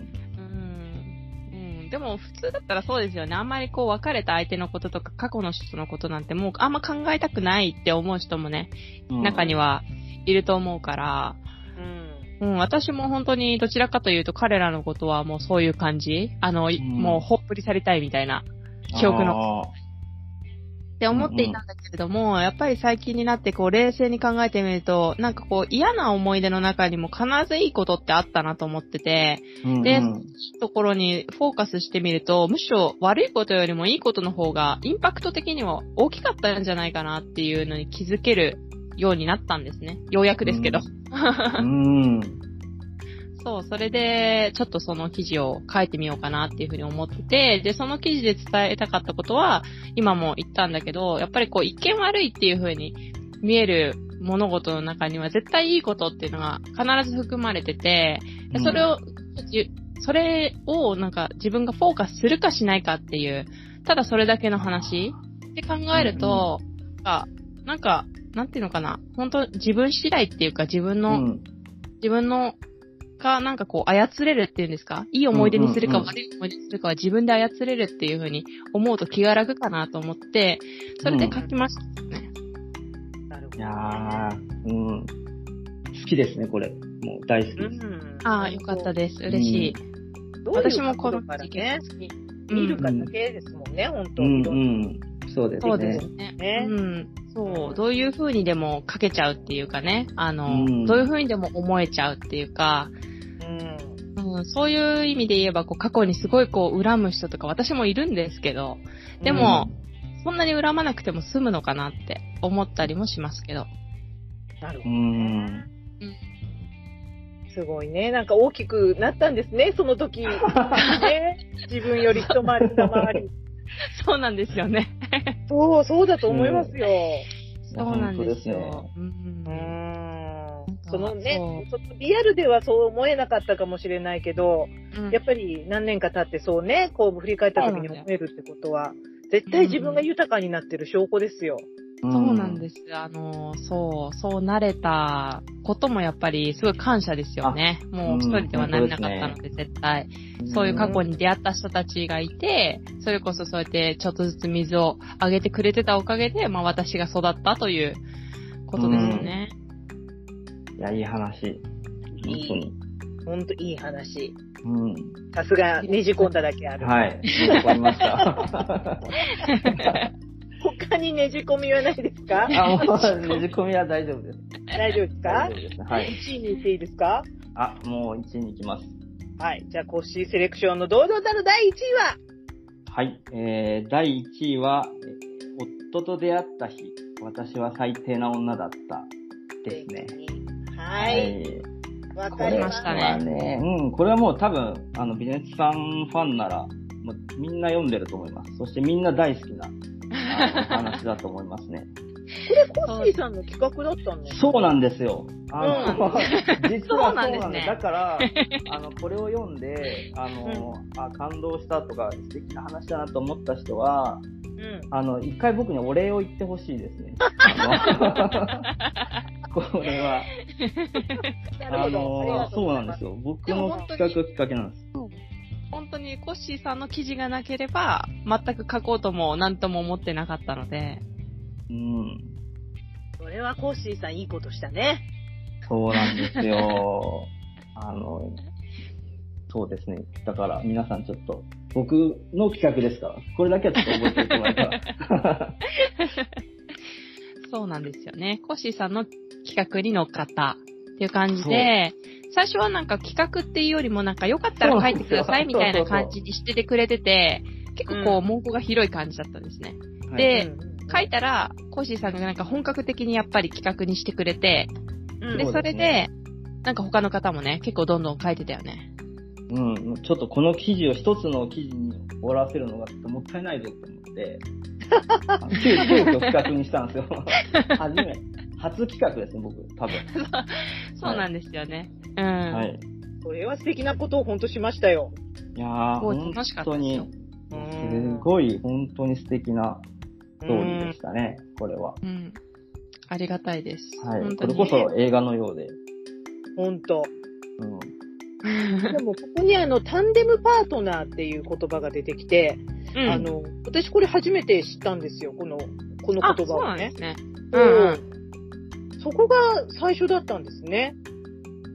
Speaker 3: うん。でも普通だったらそうですよね。あんまりこう別れた相手のこととか過去の人のことなんてもうあんま考えたくないって思う人もね、
Speaker 2: うん
Speaker 3: 中にはいると思うから、
Speaker 1: うん。
Speaker 3: うん、私も本当にどちらかというと彼らのことはもうそういう感じあの、い
Speaker 2: うん
Speaker 3: もうほっぷりされたいみたいな記憶の
Speaker 2: の。
Speaker 3: って思っていたんだけれども、やっぱり最近になってこう冷静に考えてみると、なんかこう嫌な思い出の中にも必ずいいことってあったなと思ってて、で
Speaker 2: うんうん
Speaker 3: ところにフォーカスしてみると、むしろ悪いことよりもいいことの方がインパクト的には大きかったんじゃないかなっていうのに気づけるようになったんですね。ようやくですけど。
Speaker 2: うん。
Speaker 3: そう、それで、ちょっとその記事を書いてみようかなっていうふうに思ってて、で、その記事で伝えたかったことは、今も言ったんだけど、やっぱりこう、一見悪いっていうふうに見える物事の中には、絶対いいことっていうのが必ず含まれてて、でそれを、ゆそれをなんか自分がフォーカスするかしないかっていう、ただそれだけの話って考えると、あなんか、なんていうのかな、本当自分次第っていうか自分
Speaker 2: う
Speaker 3: の、
Speaker 2: ん、
Speaker 3: 自分の、が、なんかこう、操れるっていうんですかいい思い出にするか
Speaker 2: うんうんうん
Speaker 3: 悪い思い出にするかは自分で操れるっていうふうに思うと気が楽かなと思って、それで書きました。
Speaker 1: なるほど
Speaker 2: いやーうん。好きですね、これ。もう大好き
Speaker 1: う
Speaker 2: です。
Speaker 1: ん。
Speaker 3: ああ、よかったです。嬉しい。
Speaker 1: どういう
Speaker 3: 私もこ
Speaker 1: 角
Speaker 3: の
Speaker 1: 度から
Speaker 3: 事
Speaker 1: ね
Speaker 3: 件、好き。
Speaker 1: 見る
Speaker 3: うん
Speaker 1: かだけですもんね、本当
Speaker 2: うん
Speaker 1: に。
Speaker 2: うん。そうですね。
Speaker 3: そうですね。
Speaker 1: ね
Speaker 3: うん。そう。どういう風にでも書けちゃうっていうかね。あの、
Speaker 2: うん
Speaker 3: どういう風にでも思えちゃうっていうか、
Speaker 1: うん
Speaker 3: うん、そういう意味で言えば、こう、過去にすごいこう、恨む人とか私もいるんですけど、でも、そんなに恨まなくても済むのかなって思ったりもしますけど。
Speaker 1: なるほ
Speaker 2: う
Speaker 1: ど
Speaker 2: ん。
Speaker 1: ね。すごいね。なんか大きくなったんですね、その時。ね、自分より一回り二回り。
Speaker 3: そうなんですよね。
Speaker 1: そう、そうだと思いますよ。
Speaker 3: そうなんですよ。
Speaker 2: 本。
Speaker 3: うん
Speaker 1: うーん。その
Speaker 3: そ
Speaker 1: ね、そのリアルではそう思えなかったかもしれないけど、
Speaker 3: うん
Speaker 1: やっぱり何年か経ってそうね、こう振り返った時に思えるってことは、絶対自分が豊かになってる証拠ですよ。
Speaker 3: そうなんですす。あの、そう、そうなれたこともやっぱりすごい感謝ですよね。もう一人ではなれなかったので、絶対。そういう過去に出会った人たちがいて、それこそそうやってちょっとずつ水をあげてくれてたおかげで、まあ私が育ったということですよね。
Speaker 2: いや、いい話。
Speaker 1: いいほんといい話。
Speaker 2: 本
Speaker 1: さすが、ねじ込んだだけあ
Speaker 2: 当に。う
Speaker 1: る。
Speaker 2: ん。はい。わかりま した。
Speaker 1: 他にねじ込みはないですか
Speaker 2: あ、もう、ねじ込みは大丈夫です。
Speaker 1: 大丈夫ですか
Speaker 2: 大丈夫です。はい。
Speaker 1: ?1 位に行っていいですか
Speaker 2: あ、もう1位に行きます。
Speaker 1: はい。じゃあ、コッシーセレクションの堂々たる第1位は
Speaker 2: はい。えー、第1位は、えー夫と出会った日、私は最低な女だった。ですね。。
Speaker 1: はい。
Speaker 2: い
Speaker 1: わ、
Speaker 2: こ
Speaker 1: かり
Speaker 2: れ
Speaker 1: ま
Speaker 2: は
Speaker 1: し
Speaker 3: したた。
Speaker 2: ね。うん、これはもう多分、あの、ビジネスさんファンなら、もうみんな読んでると思います。そしてみんな大好きな、 あのお話だと思いますね。
Speaker 1: コッシーさんの企画だったんね。
Speaker 2: そうなんですよ。あの、 実はそうなんで
Speaker 3: そうなんです
Speaker 2: す、
Speaker 3: ね
Speaker 2: だ から、あの、これを読んで、あの、あ、感動したとか、素敵な話だなと思った人は、
Speaker 1: うん。
Speaker 2: あの、一回僕にお礼を言ってほしいです ね。あのこれは、あの、そうなんです
Speaker 1: よ。
Speaker 2: よ。僕の企画きっかけなんです。
Speaker 3: 本当にコッシーさんの記事がなければ、全く書こうとも何とも思ってなかったので、
Speaker 2: うん。
Speaker 1: それはコッシーさんいいことしたね。
Speaker 2: そうなんですよ。あの、そうですね。だから皆さんちょっと、僕の企画ですから、これだけはちょっと覚えておいてもらえたら。
Speaker 3: そうなんですよね。コッシーさんの企画に乗っかったっていう感じ
Speaker 2: そう
Speaker 3: で、最初はなんか企画っていうよりもなんかよかったら書いてくださいみたいな感じにしててくれてて、結構こう
Speaker 1: うん
Speaker 3: 文句が広い感じだったんですね。
Speaker 2: はい
Speaker 3: で
Speaker 1: うん
Speaker 3: 書いたら、コッシーさんがなんか本格的にやっぱり企画にしてくれて、
Speaker 1: うん
Speaker 3: で、
Speaker 2: そう
Speaker 3: そ
Speaker 2: で
Speaker 3: れ
Speaker 2: すね
Speaker 3: で、なんか他の方もね、結構どんどん書いてたよね。
Speaker 2: うん、ちょっとこの記事を一つの記事に終わらせるのがちょっともったいないぞと思って、あの急急遽企画にしたん ですよ。初め、初企画ですね、僕、多分。
Speaker 3: そうなんですよね。うん。
Speaker 2: はい。
Speaker 1: それは素敵なことを本当しましたよ。
Speaker 2: いやー、
Speaker 3: すごい楽しか
Speaker 2: 本
Speaker 3: ったで
Speaker 2: 当
Speaker 3: すよ
Speaker 2: に、すごい、本当に素敵なストーリーでしたね、これは。
Speaker 3: うん。ありがたいです。
Speaker 2: はい。こ
Speaker 3: 本当
Speaker 2: れ
Speaker 3: に。
Speaker 2: こそ映画のようで。
Speaker 1: 本当。
Speaker 2: うん。
Speaker 1: でも、ここにあの、タンデムパートナーっていう言葉が出てきて、
Speaker 3: うん
Speaker 1: あの、私これ初めて知ったんですよ、この、この
Speaker 3: あ、
Speaker 1: 言葉
Speaker 3: そうな
Speaker 1: を
Speaker 3: んで
Speaker 1: ね
Speaker 3: す。ね。う
Speaker 1: うん
Speaker 3: うん
Speaker 1: ん。そこが最初だったんですね。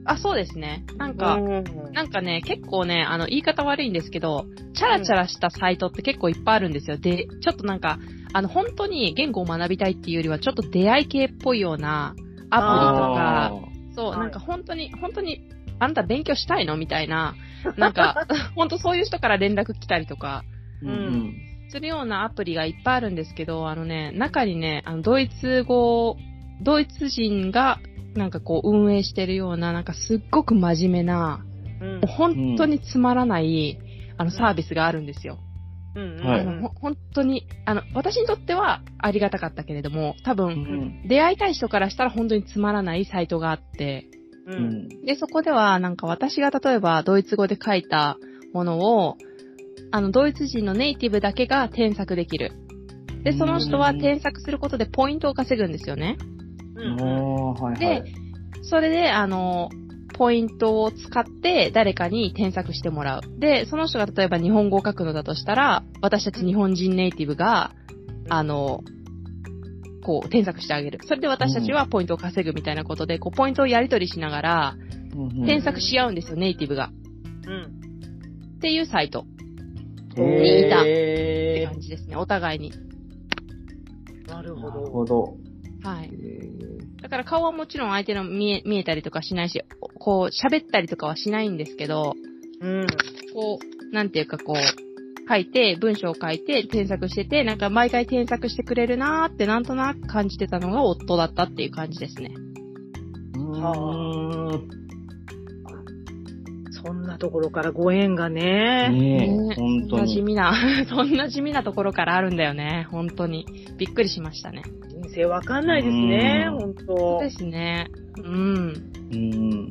Speaker 3: あ、そうですね。なん
Speaker 1: う
Speaker 3: か、
Speaker 1: ん
Speaker 3: なんかね、結構ね、あの、言い方悪いんですけど、チャラチャラしたサイトって結構いっぱいあるんですよ。で、ちょっとなんか、あの、本当に言語を学びたいっていうよりは、ちょっと出会い系っぽいようなア
Speaker 2: あ
Speaker 3: プ
Speaker 2: ー
Speaker 3: リとか、そう、
Speaker 1: はい
Speaker 3: なんか本当に、本当に、あんた勉強したいのみたいな、な んか、本当そういう人から連絡来たりとか、
Speaker 2: うん
Speaker 3: するようなアプリがいっぱいあるんですけど、あのね、中にね、あのドイツ語、ドイツ人がなんかこう運営してるような、なんかすっごく真面目な、
Speaker 1: うん
Speaker 3: もう本当につまらない、あのサービスがあるんですよ。
Speaker 1: うん
Speaker 2: はい
Speaker 3: あのほ本当に、あの、私にとってはありがたかったけれども、多
Speaker 2: うん。
Speaker 3: 分、
Speaker 2: うん
Speaker 3: 出会いたい人からしたら本当につまらないサイトがあって、
Speaker 1: う
Speaker 2: うんん。
Speaker 3: で、そこでは、なんか私が例えばドイツ語で書いたものを、あの、ドイツ人のネイティブだけが添削できる。で、その人は添削することでポイントを稼ぐんですよね。
Speaker 1: うん
Speaker 2: おー、はいはい。
Speaker 3: それで、あの、ポイントを使って誰かに添削してもらう。で、その人が例えば日本語を書くのだとしたら、私たち日本人ネイティブが、あの、こう、添削してあげる。それで私たちはポイントを稼ぐみたいなことで、こう、ポイントをやり取りしながら、
Speaker 2: うんうん
Speaker 3: 添削し合うんですよ、ネイティブが。
Speaker 1: うん
Speaker 3: っていうサイトっ
Speaker 2: へー
Speaker 3: たて感じですね、お互いに。
Speaker 1: なるほ
Speaker 2: なる
Speaker 1: ど。
Speaker 2: ほど。
Speaker 3: はい
Speaker 2: へ。ー
Speaker 3: だから顔はもちろん相手の見え見えたりとかしないし、こう喋ったりとかはしないんですけど、
Speaker 1: うん。
Speaker 3: こう、なんていうかこう、書いて、文章を書いて、添削してて、なんか毎回添削してくれるなーってなんとなく感じてたのが夫だったっていう感じですね。
Speaker 2: うーん
Speaker 1: そんなところからご縁がね。
Speaker 2: ねえ、
Speaker 3: ね
Speaker 2: 本
Speaker 3: そん
Speaker 2: 当
Speaker 3: な
Speaker 2: に。
Speaker 3: 地味な、 そんな地味なところからあるんだよね。本当に。びっくりしましたね。
Speaker 1: 人生わかんないですね、
Speaker 2: うん
Speaker 1: 本
Speaker 3: そう
Speaker 1: 当
Speaker 3: ですね。うん。
Speaker 2: うん。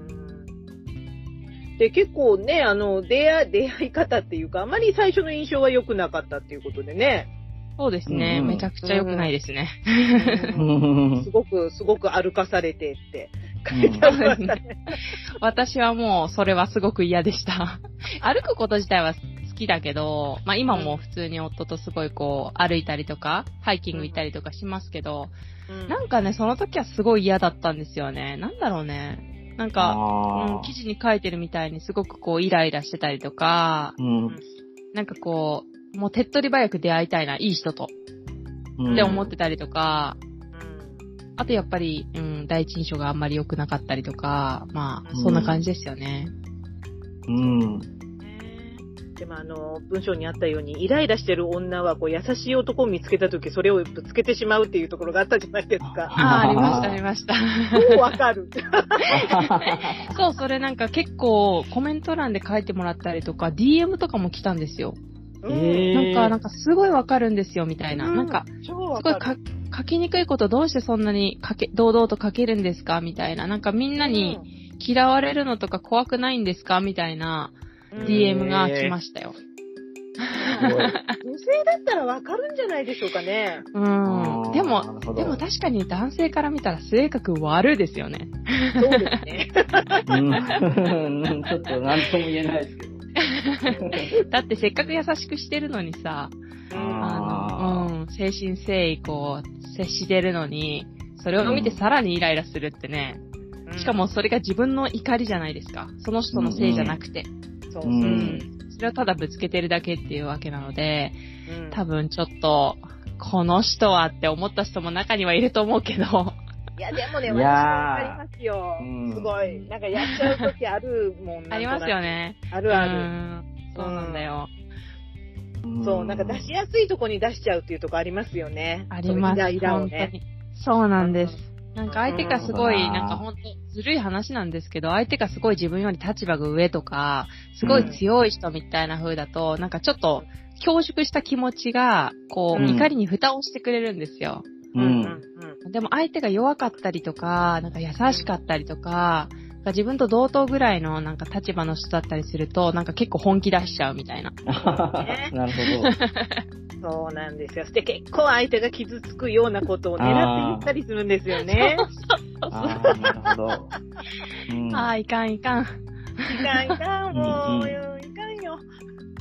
Speaker 1: うんで、結構ね、あの、出会い、出会い方っていうか、あまり最初の印象は良くなかったっていうことで ね、
Speaker 3: そうですね。
Speaker 2: うんうん
Speaker 3: めちゃくちゃ良くないですね。
Speaker 1: すごく、すごく歩かされてって書いてあ
Speaker 3: そう
Speaker 1: り
Speaker 3: で
Speaker 1: ますした
Speaker 3: ね
Speaker 1: ね。
Speaker 3: 私はもう、それはすごく嫌でした。 歩くこと自体は好きだけど、まあ今も普通に夫とすごいこう、歩いたりとか、ハイキング行ったりとかしますけど、なんかね、その時はすごい嫌だったんですよね。なんだろうね。なんか、う
Speaker 2: あ
Speaker 3: ん、記事に書いてるみたいにすごくこう、イライラしてたりとか、
Speaker 2: ーうん
Speaker 3: なんかこう、もう手っ取り早く出会いたいな、いい人と、
Speaker 2: うん
Speaker 3: って思ってたりとか、
Speaker 1: うん
Speaker 3: あとやっぱり、うん、第一印象があんまり良くなかったりとか、まあ、
Speaker 1: うん
Speaker 3: そんな感じですよね。
Speaker 2: うん。
Speaker 1: でもあの、文章にあったように、イライラしてる女は、こう、優しい男を見つけたとき、それをぶつけてしまうっていうところがあったじゃないです か。
Speaker 3: ああ、ありま した、ありました。
Speaker 1: もうわかる。
Speaker 3: そう、それなんか結構コメント欄で書いてもらったりとか、DM とかも来たんですよ。
Speaker 1: うん
Speaker 2: へー
Speaker 3: なんか、なんかすごいわかるんですよ、みたいな。
Speaker 1: うん
Speaker 3: なんか、
Speaker 1: 超
Speaker 3: す
Speaker 1: わ
Speaker 3: ごい
Speaker 1: かる。
Speaker 3: か書きにくいことどうしてそんなに書け、堂々と書けるんですかみたいな。なんかみんなに嫌われるのとか怖くないんですかみたいな
Speaker 1: うん、
Speaker 3: DM が来ましたよ。
Speaker 2: すごい
Speaker 1: 女性だったらわかるんじゃないでしょうかね。
Speaker 3: うん。
Speaker 2: うん
Speaker 3: で
Speaker 2: な
Speaker 3: も、
Speaker 2: るほど
Speaker 3: でも確かに男性から見たら性格悪いですよね。
Speaker 1: そうですね。
Speaker 2: うん、 ちょっと何とも言えないですけど。
Speaker 3: だってせっかく優しくしてるのにさ、
Speaker 1: うん
Speaker 3: あ
Speaker 2: あ
Speaker 3: の、うん、精神誠意こう、接してるのに、それを見て
Speaker 2: うん
Speaker 3: さらにイライラするってね。しか、もそれが自分の怒りじゃないですか。その人のせいじゃなくて。
Speaker 1: そう
Speaker 2: う
Speaker 3: うん
Speaker 1: ん
Speaker 3: それをただぶつけてるだけっていうわけなので、
Speaker 1: うん
Speaker 3: 多分ちょっと、この人はって思った人も中にはいると思うけど。
Speaker 1: いや、でもね、
Speaker 2: い
Speaker 1: 私
Speaker 2: やー
Speaker 1: はわかりますよ
Speaker 2: うん。
Speaker 1: すごい。なんかやっちゃう時あるもん
Speaker 3: ありますよ
Speaker 1: ね。
Speaker 3: ね。
Speaker 1: あるあ
Speaker 3: う
Speaker 1: る。
Speaker 3: んそうなんだよ。
Speaker 1: そう、なんか出しやすいとこに出しちゃうっていうとこありますよね。
Speaker 3: ありま
Speaker 1: その
Speaker 3: す。
Speaker 1: イライラを
Speaker 3: 本当
Speaker 1: ね。
Speaker 3: に。そうなんです。なんか相手がすごい、
Speaker 2: なるほどな
Speaker 3: なんか本当ずるい話なんですけど、相手がすごい自分より立場が上とか、すごい強い人みたいな風だと、なんかちょっと、恐縮した気持ちが、こう、
Speaker 1: うん
Speaker 3: 怒りに蓋をしてくれるんですよ。
Speaker 2: う
Speaker 1: うん
Speaker 2: ん。
Speaker 3: でも相手が弱かったりとか、なんか優しかったりとか、なんか自分と同等ぐらいのなんか立場の人だったりすると、なんか結構本気出しちゃうみたいな。
Speaker 2: なるほ
Speaker 1: う
Speaker 2: ど。
Speaker 1: んそうなんですよ。で、結構相手が傷つくようなことを狙って言ったりするんですよね。
Speaker 2: ああ、なるほど。うん
Speaker 3: ああ、いかんいかん。
Speaker 1: いかんいかん、もう、
Speaker 2: うん
Speaker 1: いかんよ。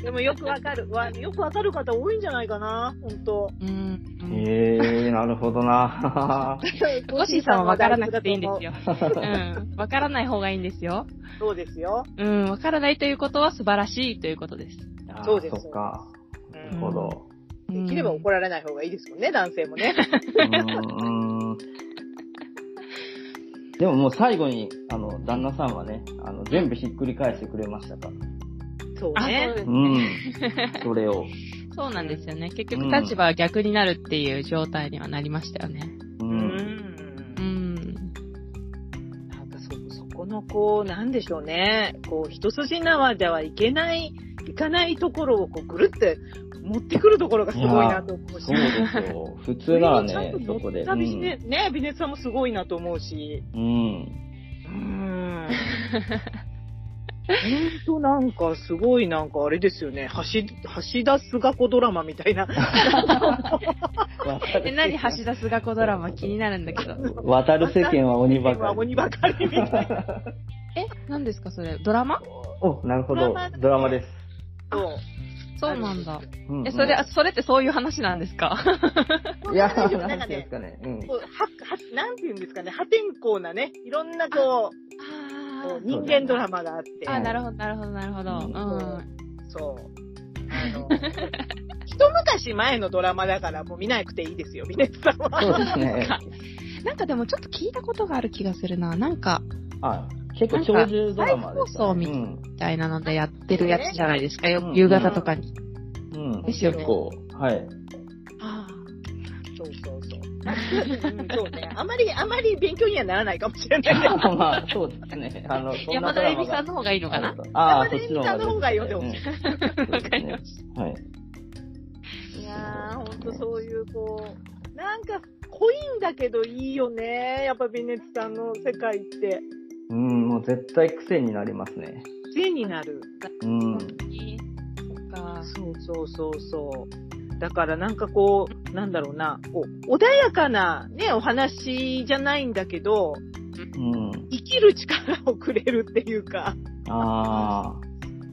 Speaker 1: でもよくわかる。わよくわかる方多いんじゃないかな、ほんと。
Speaker 3: うんうん。
Speaker 2: ええ、なる ほどな。
Speaker 3: ゴシーさんはわからなくていいんですよ。うん。わからない方がいいんですよ。
Speaker 1: そうですよ。
Speaker 3: うん。わからないということは素晴らしいということです。
Speaker 2: あー
Speaker 1: そうです
Speaker 2: そっか。
Speaker 1: う
Speaker 2: なんるほど。
Speaker 1: できれば怒られない方がいいですもんね、男性も ね。
Speaker 2: うんうんでももう最後に、あの、旦那さんはね、あの、全部ひっくり返してくれましたから。
Speaker 1: そう
Speaker 3: あ
Speaker 1: ね。
Speaker 3: そう
Speaker 2: うん。それを。
Speaker 3: そうなんですよね。結局立場は逆になるっていう状態にはなりましたよね。
Speaker 2: う。
Speaker 1: うんん
Speaker 3: う。ん。
Speaker 1: なんかそ、そこのこう、なんでしょうね。こう、一筋縄ではいけない、いかないところをこう、ぐるって持ってくるところがすごいなと思うし。
Speaker 2: そうですよ。普通ならね、そこで。う
Speaker 1: 旅して
Speaker 2: ん。
Speaker 1: ね、ビネツさんもすごいなと思うし。
Speaker 2: うん。
Speaker 1: うん。ほんとなんかすごいなんかあれですよね。橋、橋田須賀子ドラマみたいな。
Speaker 2: わかる
Speaker 3: え、何橋田須賀子ドラマ気になるんだけど。
Speaker 2: 渡る世間は 鬼ばか
Speaker 1: は
Speaker 2: り。
Speaker 1: 鬼ばかりみたいな。
Speaker 3: え、何ですかそれドラマ
Speaker 2: お、なるほど
Speaker 1: ドラマ。です
Speaker 2: ドラマです。
Speaker 1: そう
Speaker 3: そうなんだ。
Speaker 2: うん
Speaker 3: え、それ、あそれってそういう話なんですか
Speaker 2: いや、
Speaker 1: なん
Speaker 2: な
Speaker 1: ていうんんで
Speaker 2: ていうんですす
Speaker 1: かね
Speaker 2: かね。うん。
Speaker 1: こうははなんていうんですかね、破天荒なね、いろんなこう、こう
Speaker 3: あ
Speaker 1: 人間ドラマがあって、
Speaker 3: あー、なるほど、なるほど、なるほど。
Speaker 2: うん
Speaker 3: うん。
Speaker 1: そう。あの、 一昔前のドラマだからもう見なくていいですよ、ミネツさんは。
Speaker 2: そうですね。
Speaker 3: なんかでもちょっと聞いたことがある気がするな。なんか、
Speaker 2: はい。結構長寿ドラマです、
Speaker 3: なんか再放送みたい
Speaker 2: うん。
Speaker 3: みたいなのでやってるやつじゃないですか。
Speaker 2: う
Speaker 3: よ
Speaker 2: ん
Speaker 3: 夕方とかに。
Speaker 2: うん。
Speaker 3: ですよね
Speaker 2: 結構、はい。
Speaker 3: あ
Speaker 1: そうそうそう。うんそうね。あまり、あまり勉強にはならないかもしれないね。
Speaker 2: まあ、そうですね。あの、
Speaker 3: あ。
Speaker 2: そんな
Speaker 3: 山
Speaker 2: ド
Speaker 3: 田
Speaker 2: ラ
Speaker 3: 恵
Speaker 2: マ
Speaker 3: 美
Speaker 2: が
Speaker 3: さんの方がいいのかな
Speaker 2: ああ、
Speaker 1: 山田
Speaker 2: そ
Speaker 1: 恵
Speaker 2: っち
Speaker 1: 美
Speaker 2: の
Speaker 1: さんの方が読んで
Speaker 2: 方
Speaker 1: ほしい
Speaker 2: が。絶対
Speaker 3: わかりまし
Speaker 2: うんはい。
Speaker 1: いやー、ほんとそういうこう、なんか濃いんだけどいいよね。やっぱビネツさんの世界って。
Speaker 2: うん、もう絶対癖になりますね。
Speaker 1: 癖になる。
Speaker 2: うん。
Speaker 3: そっか。
Speaker 1: そうそうそうそう。だからなんかこう、なんだろうな、こう、穏やかなね、お話じゃないんだけど、
Speaker 2: うん。
Speaker 1: 生きる力をくれるっていうか。
Speaker 2: ああ。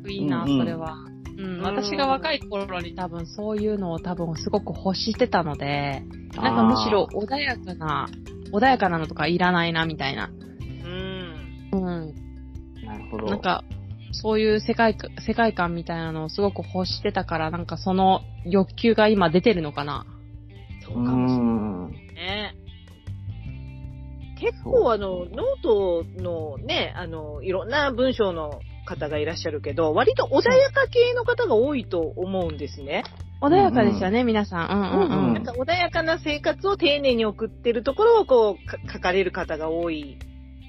Speaker 3: いいな、
Speaker 2: うんうん
Speaker 3: それは。うん、
Speaker 1: ん
Speaker 3: 私が若い頃に多分そういうのを多分すごく欲してたので、
Speaker 2: あー
Speaker 3: なんかむしろ穏やかな、穏やかなのとかいらないな、みたいな。
Speaker 1: うん。
Speaker 3: うん。
Speaker 2: なるほど。
Speaker 3: なんか、そういう世界か、世界観みたいなのをすごく欲してたから、なんかその欲求が今出てるのかな。
Speaker 1: そう
Speaker 2: う
Speaker 1: かもしれない
Speaker 2: ん。
Speaker 1: ね。結構あの、ノートのね、あの、いろんな文章の方がいらっしゃるけど、割と穏やか系の方が多いと思うんですね。
Speaker 3: 穏やかですよね、皆さん。うんうんうん。
Speaker 2: うん
Speaker 1: なんか穏やかな生活を丁寧に送ってるところをこう、か書かれる方が多い。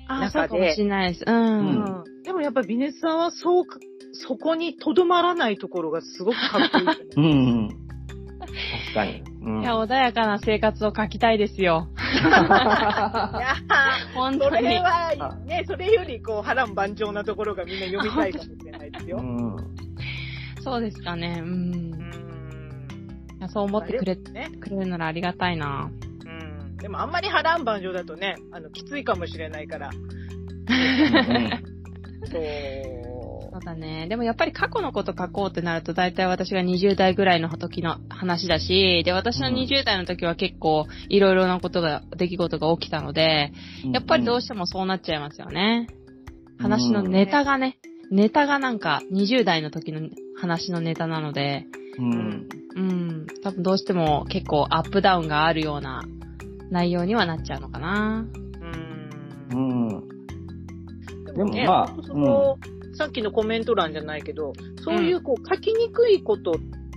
Speaker 3: ああ、
Speaker 1: 中で
Speaker 3: そうかもしれないです。う。
Speaker 2: うんん
Speaker 1: でもやっぱビネスさんはそうか、そこにとどまらないところがすごくかっこいい。
Speaker 2: うん。確かに。ううん
Speaker 3: いや、穏やかな生活を書きたいですよ。
Speaker 1: いやー
Speaker 3: 本
Speaker 1: そ
Speaker 3: 当
Speaker 1: れ
Speaker 3: に。
Speaker 1: は、ね、それより、こう、波乱万丈なところがみんな読みたいかもしれないです
Speaker 2: う
Speaker 1: よ。
Speaker 2: ん
Speaker 3: そうですかね。う。
Speaker 1: うんん。
Speaker 3: いやそう思ってくれ、く
Speaker 1: ね。
Speaker 3: れるならありがたいな。
Speaker 1: うん。でも、あんまり波乱万丈だとね、あの、きついかもしれないから。そう
Speaker 3: そうだね。でもやっぱり過去のこと書こうってなると、大体私が20代ぐらいの時の話だし、で、私の
Speaker 2: うん
Speaker 3: 20代の時は結構いろいろなことが、出来事が起きたので、
Speaker 2: うん
Speaker 3: やっぱりどうしてもそうなっちゃいますよね。話のネタがね、ネタがなんか20代の時の話のネタなので、
Speaker 2: うん
Speaker 3: うん、多分どうしても結構アップダウンがあるような内容にはなっちゃうのかな。
Speaker 1: うん
Speaker 2: う。ん
Speaker 1: でもね、
Speaker 2: でもまあ
Speaker 1: ほんとその、さっきのコメント欄じゃないけど、そういうこう書きにくいこと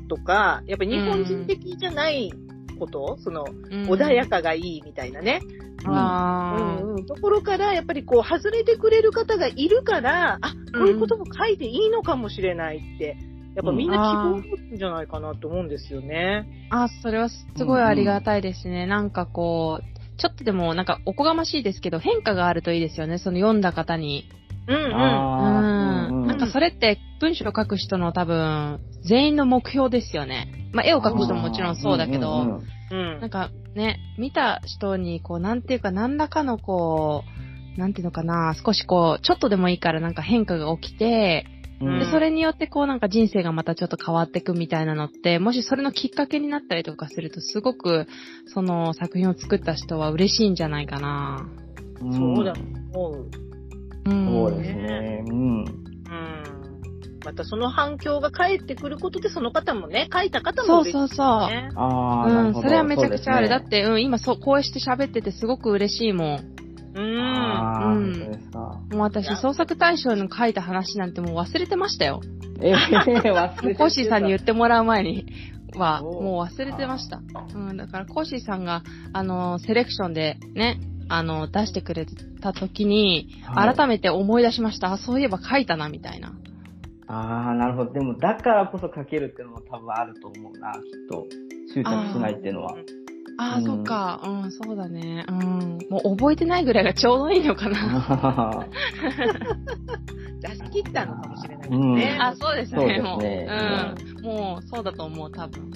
Speaker 1: とか、やっぱ日本人的じゃないこと、その、穏や
Speaker 3: か。
Speaker 1: かがいいみたいなね、う
Speaker 3: あー
Speaker 1: んうん、ところから、やっぱりこう、外れてくれる方がいるから、あ、こういうことも書いていいのかもしれないって、やっぱみんな希望を持つんじゃないかなと思うんですよね。
Speaker 3: あ、それはすごいありがたいですね。なんかこう、ちょっとでもなんかおこがましいですけど、変化があるといいですよね、その読んだ方に。
Speaker 1: うんうん。
Speaker 3: うん。
Speaker 2: あーうんうん
Speaker 3: なんかそれって文章を書く人の多分、全員の目標ですよね。まあ、絵を描く人ももちろんそうだけど、
Speaker 2: うん
Speaker 1: うん
Speaker 3: なんかね、見た人に、こう、なんていうか、何らかのこう、なんていうのかな、少しこう、ちょっとでもいいからなんか変化が起きて、
Speaker 2: うんうん
Speaker 1: う
Speaker 3: で
Speaker 1: ん
Speaker 3: それによってこうなんか人生がまたちょっと変わっていくみたいなのって、もしそれのきっかけになったりとかすると、すごく、その作品を作った人は嬉しいんじゃないかな。
Speaker 2: うん
Speaker 1: そうだと思う。
Speaker 3: うん。
Speaker 2: そうですねうん
Speaker 1: うん。またその反響が返ってくることで、その方もね、書いた方も
Speaker 3: そう
Speaker 1: 嬉しい
Speaker 3: そうそう。
Speaker 1: ね。
Speaker 2: ああな
Speaker 3: う
Speaker 2: る
Speaker 3: ん、
Speaker 2: ほ
Speaker 3: そ
Speaker 2: ど
Speaker 3: れはめちゃくちゃある。だ
Speaker 2: そう
Speaker 3: っ
Speaker 2: で
Speaker 3: て、うん、今そう、こうして喋っててすごく嬉しいもん。
Speaker 1: う
Speaker 2: すね
Speaker 1: ん。
Speaker 2: あー
Speaker 3: うん
Speaker 2: そうですか
Speaker 3: もう私、創作大賞の書いた話なんてもう忘れてましたよ。
Speaker 2: えー忘れ
Speaker 3: もう
Speaker 2: て
Speaker 3: コッシーさんに言
Speaker 2: て
Speaker 3: ってもらう前には、
Speaker 2: そう
Speaker 3: もう忘れてました。うん、だからコッシーさんが、あの、セレクションでね、あの、出してくれた時に、
Speaker 2: た
Speaker 3: 改めて思い出しました。あそういえば書いたな、みたいな。
Speaker 2: ああ、なるほど。でも、だからこそ書けるっていうのも多分あると思うな、きっと。執着しないっていうのは。
Speaker 3: ああ、
Speaker 2: うん
Speaker 3: そっか。うん、そうだね。うん。もう覚えてないぐらいがちょうどいいのかな。
Speaker 1: 出し切ったのかもしれないです
Speaker 2: う
Speaker 1: ね。
Speaker 2: ん
Speaker 3: あ、そうで す
Speaker 2: そうで
Speaker 3: ね、
Speaker 2: す
Speaker 3: もう。
Speaker 2: ね
Speaker 3: うん。もう、そうだと思う、多分。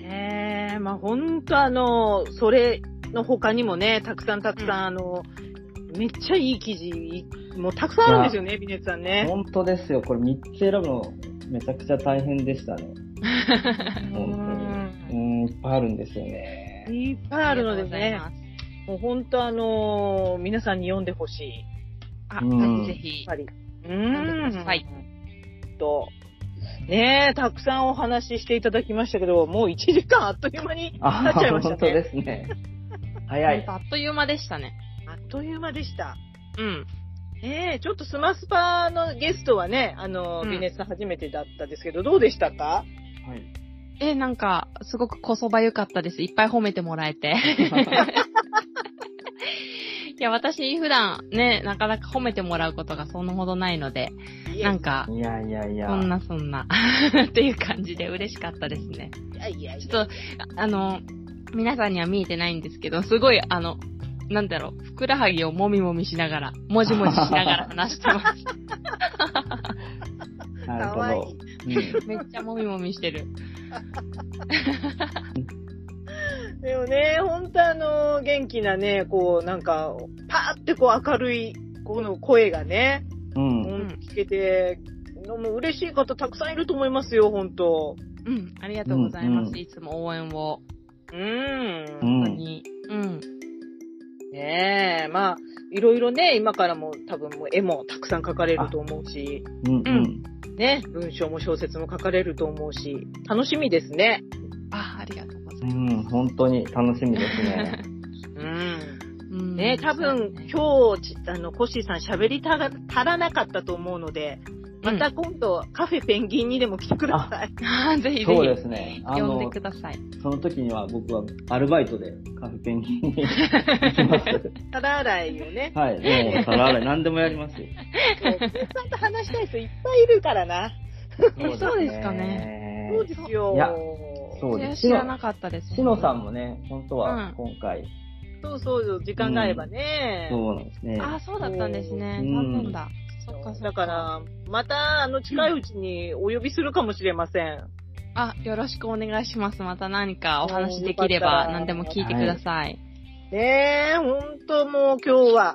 Speaker 1: ねえ、まあ本当あの、それの他にもね、たくさんたくさん、
Speaker 3: うん
Speaker 1: あの、めっちゃいい記事、もうたくさんあるんですよね、ビネツさんね。
Speaker 2: 本当ですよ。これ3つ選ぶの、めちゃくちゃ大変でしたね。本当に。うん、いっぱいあるんですよね。
Speaker 1: いっぱいあるのでね、もう本当あの、皆さんに読んでほしい。や
Speaker 3: ありがとうございま
Speaker 2: うん
Speaker 3: す。あ、ぜひぜひ
Speaker 1: っ。ぱり。う
Speaker 3: 読んでく
Speaker 1: ん。
Speaker 3: ださい。
Speaker 1: と。ねえ、たくさんお話ししていただきましたけど、もう1時間あっという間に
Speaker 2: あ
Speaker 1: なっちゃいましたね
Speaker 2: 本当です ね。早い。
Speaker 3: あっという間でしたね。
Speaker 1: あっという間でした。
Speaker 3: うん。
Speaker 1: ねえ、ちょっとスマスパのゲストはね、あの、
Speaker 3: うん
Speaker 1: ビネスさん初めてだったですけど、どうでしたか
Speaker 2: はい
Speaker 3: え、なんか、すごくこそばゆかったです。いっぱい褒めてもらえ て。いや、私、普段ね、なかなか褒めてもらうことがそんなほどないので、なんか、
Speaker 2: いやいやいや。
Speaker 3: そんなそんな、 っていう感じで嬉しかったですね。
Speaker 1: いやいやいや。
Speaker 3: ちょっと、あの、皆さんには見えてないんですけど、すごい、あの、なんだろう、ふくらはぎをもみもみしながら、もじもじしながら話してます。
Speaker 2: なるほ
Speaker 1: かわい
Speaker 2: ど。うん
Speaker 3: めっちゃもみもみしてる。
Speaker 1: でもね、本当あの、元気なね、こう、なんか、パーってこう明るい、この声がね、
Speaker 2: うん。
Speaker 1: ほ
Speaker 2: うん
Speaker 1: んと聞けて、もう嬉しい方たくさんいると思いますよ、本当
Speaker 3: うん、ありがとうございます。
Speaker 2: うんうん
Speaker 3: いつも応援を。
Speaker 1: う
Speaker 2: う
Speaker 1: ーん。
Speaker 3: 本当
Speaker 2: ん。
Speaker 3: に。うん。
Speaker 1: ねえ、まあ、いろいろね、今からも多分もう絵もたくさん描かれると思うし、
Speaker 2: うん。うん
Speaker 1: ね、文章も小説も書かれると思うし、楽しみですね。
Speaker 3: あ、ありがとうござ
Speaker 2: う
Speaker 3: います。
Speaker 2: ん。本当に楽しみですね。
Speaker 1: うん。
Speaker 3: うん
Speaker 1: ね、多分、今日、ちあの、コッシーさん喋りたが足らなかったと思うので、また今度、カフェペンギンにでも来てください。
Speaker 3: あ ぜひぜひ。
Speaker 2: そうですね。あ
Speaker 3: 呼んで
Speaker 2: の
Speaker 3: く、ださい。
Speaker 2: その時には僕はアルバイトでカフェペンギンに行き ます。。
Speaker 1: 皿洗いをね
Speaker 2: はい、もう皿洗い何でもやりますよ。
Speaker 1: そうたくさんと話したい人いっぱいいるからな。
Speaker 3: そうですか
Speaker 2: ね
Speaker 1: そうです
Speaker 3: そ
Speaker 1: よ
Speaker 2: いや。そう
Speaker 3: れ
Speaker 2: で
Speaker 3: は
Speaker 2: す。
Speaker 3: 知らなかったです、
Speaker 2: しのさんもね、本当
Speaker 3: うん
Speaker 2: は今回、
Speaker 1: そうそうそう、時間があればね。
Speaker 2: そうなんですね。
Speaker 3: あ、そうだったんですね。
Speaker 2: うん
Speaker 3: 残念だ。そっかそっか。
Speaker 1: だか、ら、また、あの、近いうちにお呼びするかもしれません。
Speaker 3: あ、よろしくお願いします。また何かお話できれ
Speaker 1: う
Speaker 3: ば
Speaker 1: ん
Speaker 3: 何でも聞いてください。
Speaker 1: ねえ、ほんともう今日は、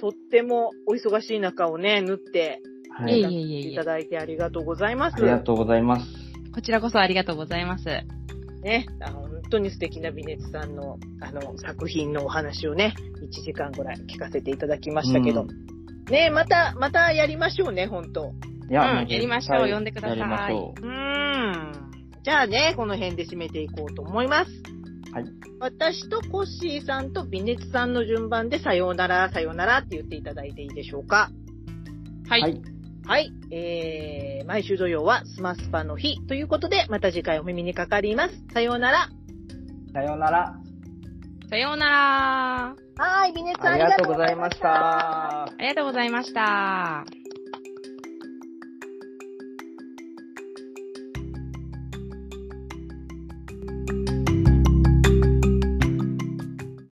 Speaker 1: とってもお忙しい中をね、縫って
Speaker 2: はいい。
Speaker 3: え
Speaker 2: あ
Speaker 3: いえいえいえ
Speaker 1: いただいてありがとうございます。
Speaker 2: りがとうございます。
Speaker 3: こちらこそありがとうございます。
Speaker 1: ね、あの本当に素敵な美熱さんの、あの、作品のお話をね、1時間ぐらい聞かせていただきましたけど。
Speaker 2: うん
Speaker 1: ねえ、また、またやりましょうね、ほんと。
Speaker 2: いや、
Speaker 3: うん
Speaker 2: もう絶対
Speaker 3: やりましょう呼んでください
Speaker 2: やりましょ
Speaker 1: うーん。じゃあね、この辺で締めていこうと思います。
Speaker 2: はい。
Speaker 1: 私とコッシーさんとビネツさんの順番でさようなら、さようならって言っていただいていいでしょうか。
Speaker 3: は
Speaker 2: う。
Speaker 3: い。
Speaker 2: はい。
Speaker 1: はい。えー、毎週土曜はスマスパの日ということで、また次回お耳にかかります。さようなら。
Speaker 2: さようなら。
Speaker 3: さようなら。
Speaker 1: はーい、ビネツさん
Speaker 2: ありがとうございました。
Speaker 3: ありがとうございました。